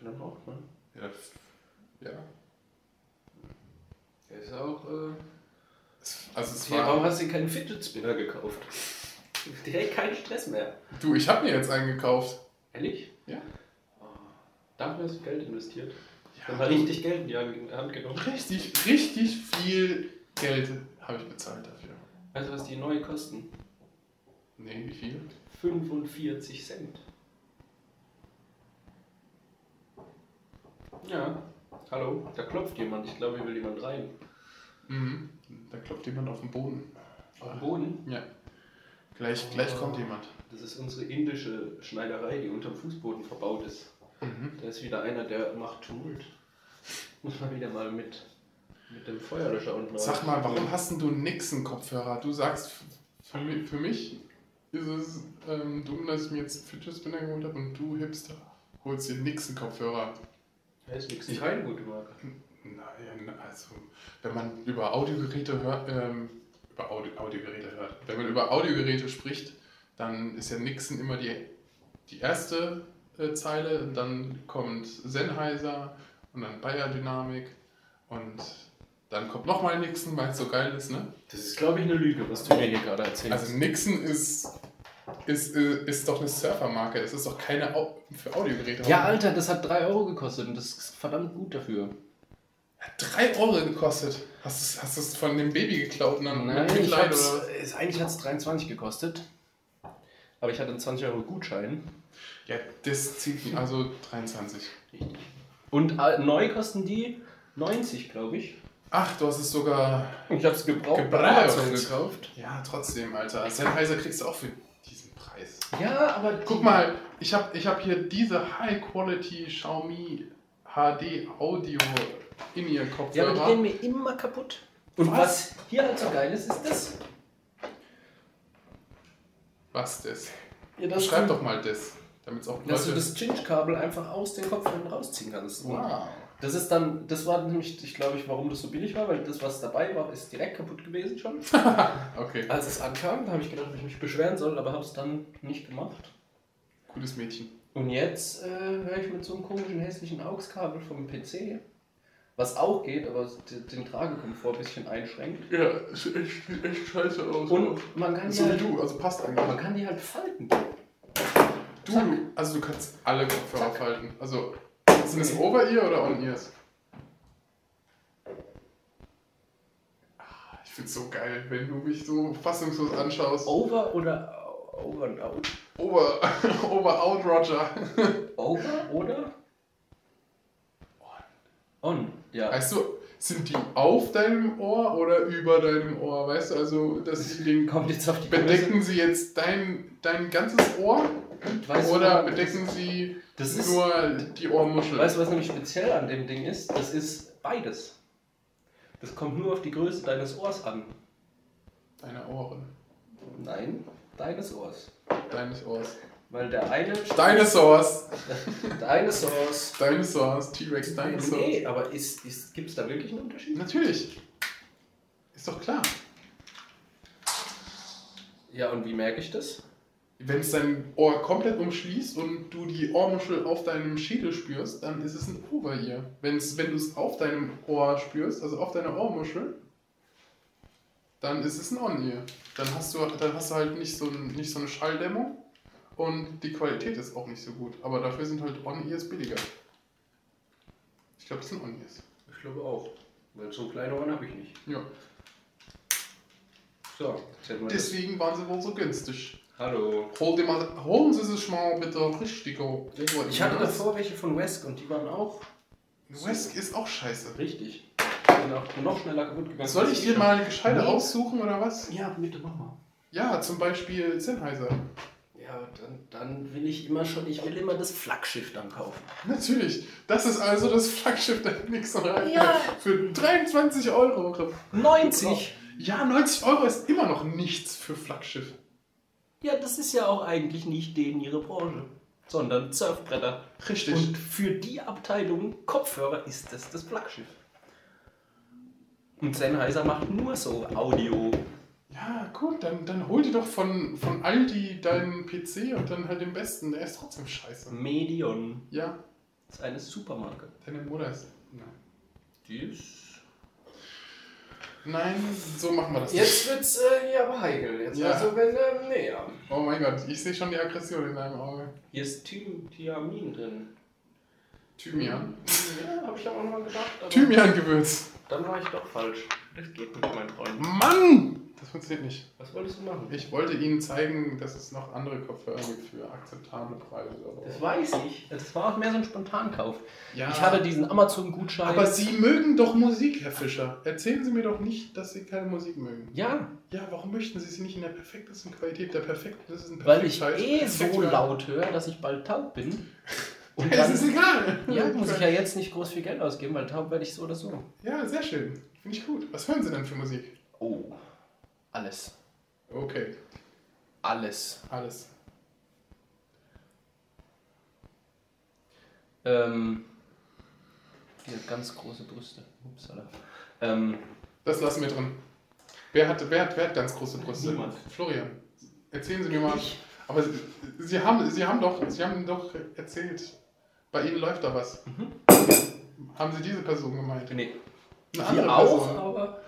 Speaker 3: Und dann raucht man.
Speaker 1: Ja. ja.
Speaker 3: Ja, ist auch. Äh,
Speaker 1: Es- Also es
Speaker 3: Tja, warum
Speaker 1: war.
Speaker 3: hast du dir keinen Fidget Spinner gekauft? Direkt keinen Stress mehr.
Speaker 1: Du, ich habe mir jetzt einen gekauft.
Speaker 3: Ehrlich?
Speaker 1: Ja.
Speaker 3: Oh, dafür hast du Geld investiert. Dann
Speaker 1: du-
Speaker 3: war richtig Geld in die Hand genommen.
Speaker 1: richtig, richtig viel Geld habe ich bezahlt dafür.
Speaker 3: Weißt du, was die neu kosten?
Speaker 1: Nee, wie viel?
Speaker 3: 45 Cent. Ja. Hallo, da klopft jemand. Ich glaube, hier will jemand rein.
Speaker 1: Mhm. Da klopft jemand auf den Boden.
Speaker 3: Auf dem Boden.
Speaker 1: Ja. Gleich, gleich
Speaker 3: Oh.
Speaker 1: kommt jemand.
Speaker 3: Das ist unsere indische Schneiderei, die unterm Fußboden verbaut ist.
Speaker 1: Mhm.
Speaker 3: Da ist wieder einer, der macht Tumult. Muss man wieder mal mit, mit dem Feuerlöscher unten
Speaker 1: Sag
Speaker 3: raus.
Speaker 1: mal, warum hast denn du Nixon-Kopfhörer? Du sagst, f- für mich, für mich ist es ähm, dumm, dass ich mir jetzt einen Fidget Spinner geholt habe und du, Hipster, holst dir Nixon-Kopfhörer.
Speaker 3: Da ist nichts. Ich keine gute Marke.
Speaker 1: Nein, also wenn man über Audiogeräte hört, ähm, über Audio, Audiogeräte hört, wenn man über Audiogeräte spricht, dann ist ja Nixon immer die, die erste äh, Zeile, und dann kommt Sennheiser und dann Bayer Dynamik und dann kommt nochmal Nixon, weil es so geil ist, ne?
Speaker 3: Das ist, glaube ich, eine Lüge, was du mir hier gerade erzählst.
Speaker 1: Also Nixon ist, ist, äh, ist doch eine Surfermarke, es ist doch keine Au für Audiogeräte.
Speaker 2: Ja, Alter, das hat 3 Euro gekostet und das ist verdammt gut dafür.
Speaker 1: Hat drei Euro gekostet. Hast du hast es von dem Baby geklaut und dann
Speaker 2: Nein, ich
Speaker 1: mitgeleitet
Speaker 2: hab's,
Speaker 1: Hm, oder was?
Speaker 2: es, eigentlich hat es 23 gekostet. Aber ich hatte einen 20 Euro Gutschein.
Speaker 1: Ja, das zieht mich. Also 23.
Speaker 2: Und äh, neu kosten die 90, glaube ich.
Speaker 1: Ach, du hast es sogar
Speaker 2: Und Ich habe es gebraucht. bei
Speaker 1: Gebraucht.
Speaker 2: Amazon gekauft.
Speaker 1: Ja, trotzdem, Alter. Sennheiser kriegst du auch für diesen Preis.
Speaker 2: Ja, aber
Speaker 1: Guck mal, ich habe ich hab hier diese High-Quality Xiaomi HD Audio in ihr
Speaker 2: Ja, aber die
Speaker 1: Kopfhörer.
Speaker 2: gehen mir immer kaputt. Und was,
Speaker 1: Was?
Speaker 2: hier halt so geil ist, ist das.
Speaker 1: Was das?
Speaker 2: Ja, dass
Speaker 1: Schreib
Speaker 2: du-
Speaker 1: doch mal das, damit es auch
Speaker 2: Dass
Speaker 1: Leute...
Speaker 2: du das Chinch-Kabel einfach aus den Kopfhörern rausziehen kannst. Und
Speaker 1: wow.
Speaker 2: Das ist dann, das war nämlich, ich glaube ich, warum das so billig war, weil das, was dabei war, ist direkt kaputt gewesen schon.
Speaker 1: Okay,
Speaker 2: Als es ankam, da habe ich gedacht, ob ich mich beschweren soll, aber habe es dann nicht gemacht.
Speaker 1: cooles Mädchen.
Speaker 2: Und jetzt äh, höre ich mit so einem komischen, hässlichen AUX-Kabel vom PC, was auch geht, aber d- den Tragekomfort ein bisschen einschränkt.
Speaker 1: Ja, ist echt, sieht echt scheiße aus.
Speaker 2: Und man kann, die
Speaker 1: so wie
Speaker 2: halt,
Speaker 1: du, also passt
Speaker 2: man
Speaker 1: eigentlich.
Speaker 2: kann die halt falten.
Speaker 1: Du,
Speaker 2: Zack.
Speaker 1: du, also du kannst alle Kopfhörer
Speaker 2: Zack.
Speaker 1: falten. Also, sind es Over-Ear oder On-Ears? Ah, Ich find's so geil, wenn du mich so fassungslos anschaust.
Speaker 2: Over oder over and out?
Speaker 1: Ober, Ober out, Roger.
Speaker 2: Over oder? On. On, ja.
Speaker 1: Weißt du, sind die auf deinem Ohr oder über deinem Ohr? Weißt du, also das Ding
Speaker 2: Kommt jetzt auf die
Speaker 1: bedecken sie jetzt dein, dein ganzes Ohr
Speaker 2: Größe. Weißt du,
Speaker 1: oder
Speaker 2: warum das-
Speaker 1: bedecken sie
Speaker 2: Das ist,
Speaker 1: nur die Ohrmuschel?
Speaker 2: weißt du, was nämlich speziell an dem Ding ist? Das ist beides. Das kommt nur auf die Größe deines Ohrs an.
Speaker 1: Deine Ohren,
Speaker 2: Nein, deines Ohrs.
Speaker 1: deines Ohrs.
Speaker 2: Weil der eine...
Speaker 1: Dinosaurs,
Speaker 2: Deines Ohrs.
Speaker 1: Dinosaurs, T-Rex, Dinosaurs.
Speaker 2: Nee, aber ist, ist, gibt es da wirklich einen Unterschied?
Speaker 1: Natürlich. Ist doch klar.
Speaker 2: Ja, und wie merke ich das?
Speaker 1: Wenn es dein Ohr komplett umschließt und du die Ohrmuschel auf deinem Schädel spürst, dann ist es ein Over-Ear. Wenn's, wenn du es auf deinem Ohr spürst, also auf deiner Ohrmuschel, dann ist es ein On-Ear. Dann, hast du- dann hast du halt nicht so, ein, nicht so eine Schalldämmung und die Qualität ist auch nicht so gut. Aber dafür sind halt On-Ears billiger. Ich glaube, das sind On-Ears.
Speaker 2: Ich glaube auch. Weil so kleine Ohren habe ich nicht.
Speaker 1: Ja.
Speaker 2: So, jetzt hätten wir das.
Speaker 1: Deswegen waren sie wohl so günstig.
Speaker 2: Hallo.
Speaker 1: Hol dir mal, holen Sie sich mal bitte richtig. oh.
Speaker 2: Ich hatte davor welche von Wesk und die waren auch
Speaker 1: Wesk ist auch scheiße.
Speaker 2: richtig. Die sind auch noch schneller kaputt gegangen.
Speaker 1: Soll ich dir mal gescheite
Speaker 2: Nee.
Speaker 1: aussuchen oder was?
Speaker 2: Ja, bitte mach mal.
Speaker 1: Ja, zum Beispiel Sennheiser.
Speaker 2: Ja, dann, dann will ich immer schon, ich will immer das Flaggschiff dann kaufen.
Speaker 1: Natürlich. Das ist also das Flaggschiff der Nixon Reifen.
Speaker 2: Ja.
Speaker 1: Für 23 Euro.
Speaker 2: 90!
Speaker 1: Ja, 90 Euro ist immer noch nichts für Flaggschiff.
Speaker 2: Ja, das ist ja auch eigentlich nicht denen ihre Branche, sondern Surfbretter.
Speaker 1: Richtig.
Speaker 2: Und für die Abteilung Kopfhörer ist das das Flaggschiff. Und Sennheiser macht nur so Audio.
Speaker 1: ja, gut, dann, dann hol dir doch von, von Aldi deinen PC und dann halt den besten. Der ist trotzdem scheiße.
Speaker 2: Medion
Speaker 1: Ja,
Speaker 2: ist eine Supermarke.
Speaker 1: deine Mutter ist. Nein.
Speaker 2: Die ist...
Speaker 1: Nein, so machen wir das
Speaker 3: Jetzt wird's äh, hier aber heikel. Jetzt
Speaker 1: Ja.
Speaker 3: Also, wenn, ähm, nee, ja.
Speaker 1: nicht. Oh mein Gott, ich sehe schon die Aggression in deinem Auge.
Speaker 2: Hier ist Thym- Thiamin drin.
Speaker 1: Thymian.
Speaker 3: Ja, hab ich auch mal gedacht. Aber
Speaker 1: Thymian-Gewürz.
Speaker 3: Dann war ich doch falsch. Das geht nicht, mein Freund.
Speaker 1: Mann! Das funktioniert nicht.
Speaker 3: Was wolltest du machen?
Speaker 1: Ich wollte Ihnen zeigen, dass es noch andere Kopfhörer gibt für akzeptable Preise.
Speaker 2: Das
Speaker 1: Aber,
Speaker 2: weiß ich. Das war auch mehr so ein Spontankauf.
Speaker 1: ja,
Speaker 2: Ich hatte diesen Amazon-Gutschein.
Speaker 1: aber Sie mögen doch Musik, Herr Fischer. Erzählen Sie mir doch nicht, dass Sie keine Musik mögen.
Speaker 2: ja,
Speaker 1: Ja, warum möchten Sie sie nicht in der perfektesten Qualität? Der perfekte, das ist ein
Speaker 2: weil ich
Speaker 1: Perfektscheiß.
Speaker 2: eh so
Speaker 1: Perfekt-
Speaker 2: laut höre, dass ich bald taub bin. Und
Speaker 1: Es ist
Speaker 2: dann
Speaker 1: egal.
Speaker 2: ja, muss ich ja jetzt nicht groß viel Geld ausgeben, weil taub werde ich so oder so.
Speaker 1: Ja, sehr schön. Finde ich gut. Was hören Sie denn für Musik?
Speaker 2: Oh, alles.
Speaker 1: Okay,
Speaker 2: Alles.
Speaker 1: alles.
Speaker 2: Ähm, Die hat ganz große Brüste. Upsala. Ähm,
Speaker 1: Das lassen wir drin. Wer hat, wer hat, wer hat ganz große Brüste?
Speaker 3: Niemand.
Speaker 1: Florian, erzählen Sie mir mal. Aber Sie, Sie, haben, Sie, haben doch, Sie haben doch erzählt, bei Ihnen läuft da was.
Speaker 3: Mhm.
Speaker 1: Haben Sie diese Person gemeint?
Speaker 2: nee.
Speaker 1: Eine
Speaker 2: Die
Speaker 1: andere
Speaker 2: auch,
Speaker 1: Person.
Speaker 2: aber.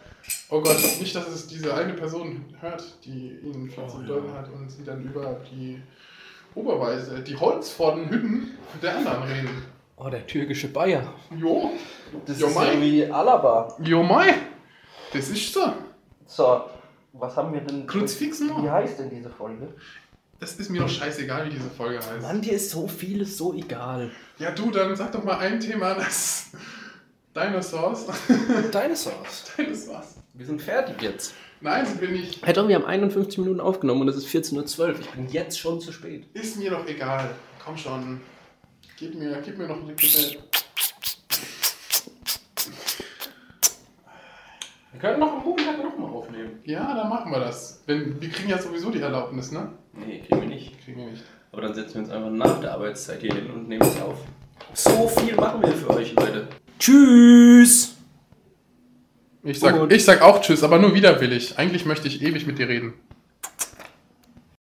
Speaker 1: Oh Gott, nicht, dass es diese eine Person hört, die Ihnen Platz
Speaker 3: Oh,
Speaker 1: oh,
Speaker 3: ja.
Speaker 1: bedeuten hat und Sie dann über die Oberweise, die holzvornen Hütten der anderen reden.
Speaker 2: Oh, der türkische Bayer.
Speaker 1: Jo,
Speaker 2: Das
Speaker 1: Jo,
Speaker 2: ist
Speaker 1: Mai.
Speaker 2: ja wie Alaba.
Speaker 1: jo mai, das ist so.
Speaker 4: So, was haben wir denn?
Speaker 1: Kruzifix
Speaker 4: Wie
Speaker 1: noch.
Speaker 4: heißt denn diese Folge?
Speaker 1: Das ist mir doch scheißegal, wie diese Folge heißt.
Speaker 2: Mann, dir ist so vieles so egal.
Speaker 1: Ja, du, dann sag doch mal ein Thema, das Dinosaurs.
Speaker 2: Dinosaurs.
Speaker 1: Dinosaurs.
Speaker 3: Wir sind fertig jetzt.
Speaker 1: Nein, sind wir nicht.
Speaker 2: Hey doch, wir haben 51 Minuten aufgenommen und es ist 14.12 Uhr. Ich bin jetzt schon zu spät.
Speaker 1: Ist mir doch egal. Komm schon. Gib mir, gib mir noch eine Kippe.
Speaker 3: Wir können noch am Montag nochmal aufnehmen.
Speaker 1: Ja, dann machen wir das. Wenn, wir kriegen ja sowieso die Erlaubnis, ne?
Speaker 3: Nee, kriegen wir nicht.
Speaker 1: Kriegen wir nicht.
Speaker 3: Aber dann setzen wir uns einfach nach der Arbeitszeit hier hin und nehmen es auf. So viel machen wir für euch, Leute.
Speaker 2: Tschüss!
Speaker 1: Ich sag, ich sag auch Tschüss, aber nur widerwillig. Eigentlich möchte ich ewig mit dir reden.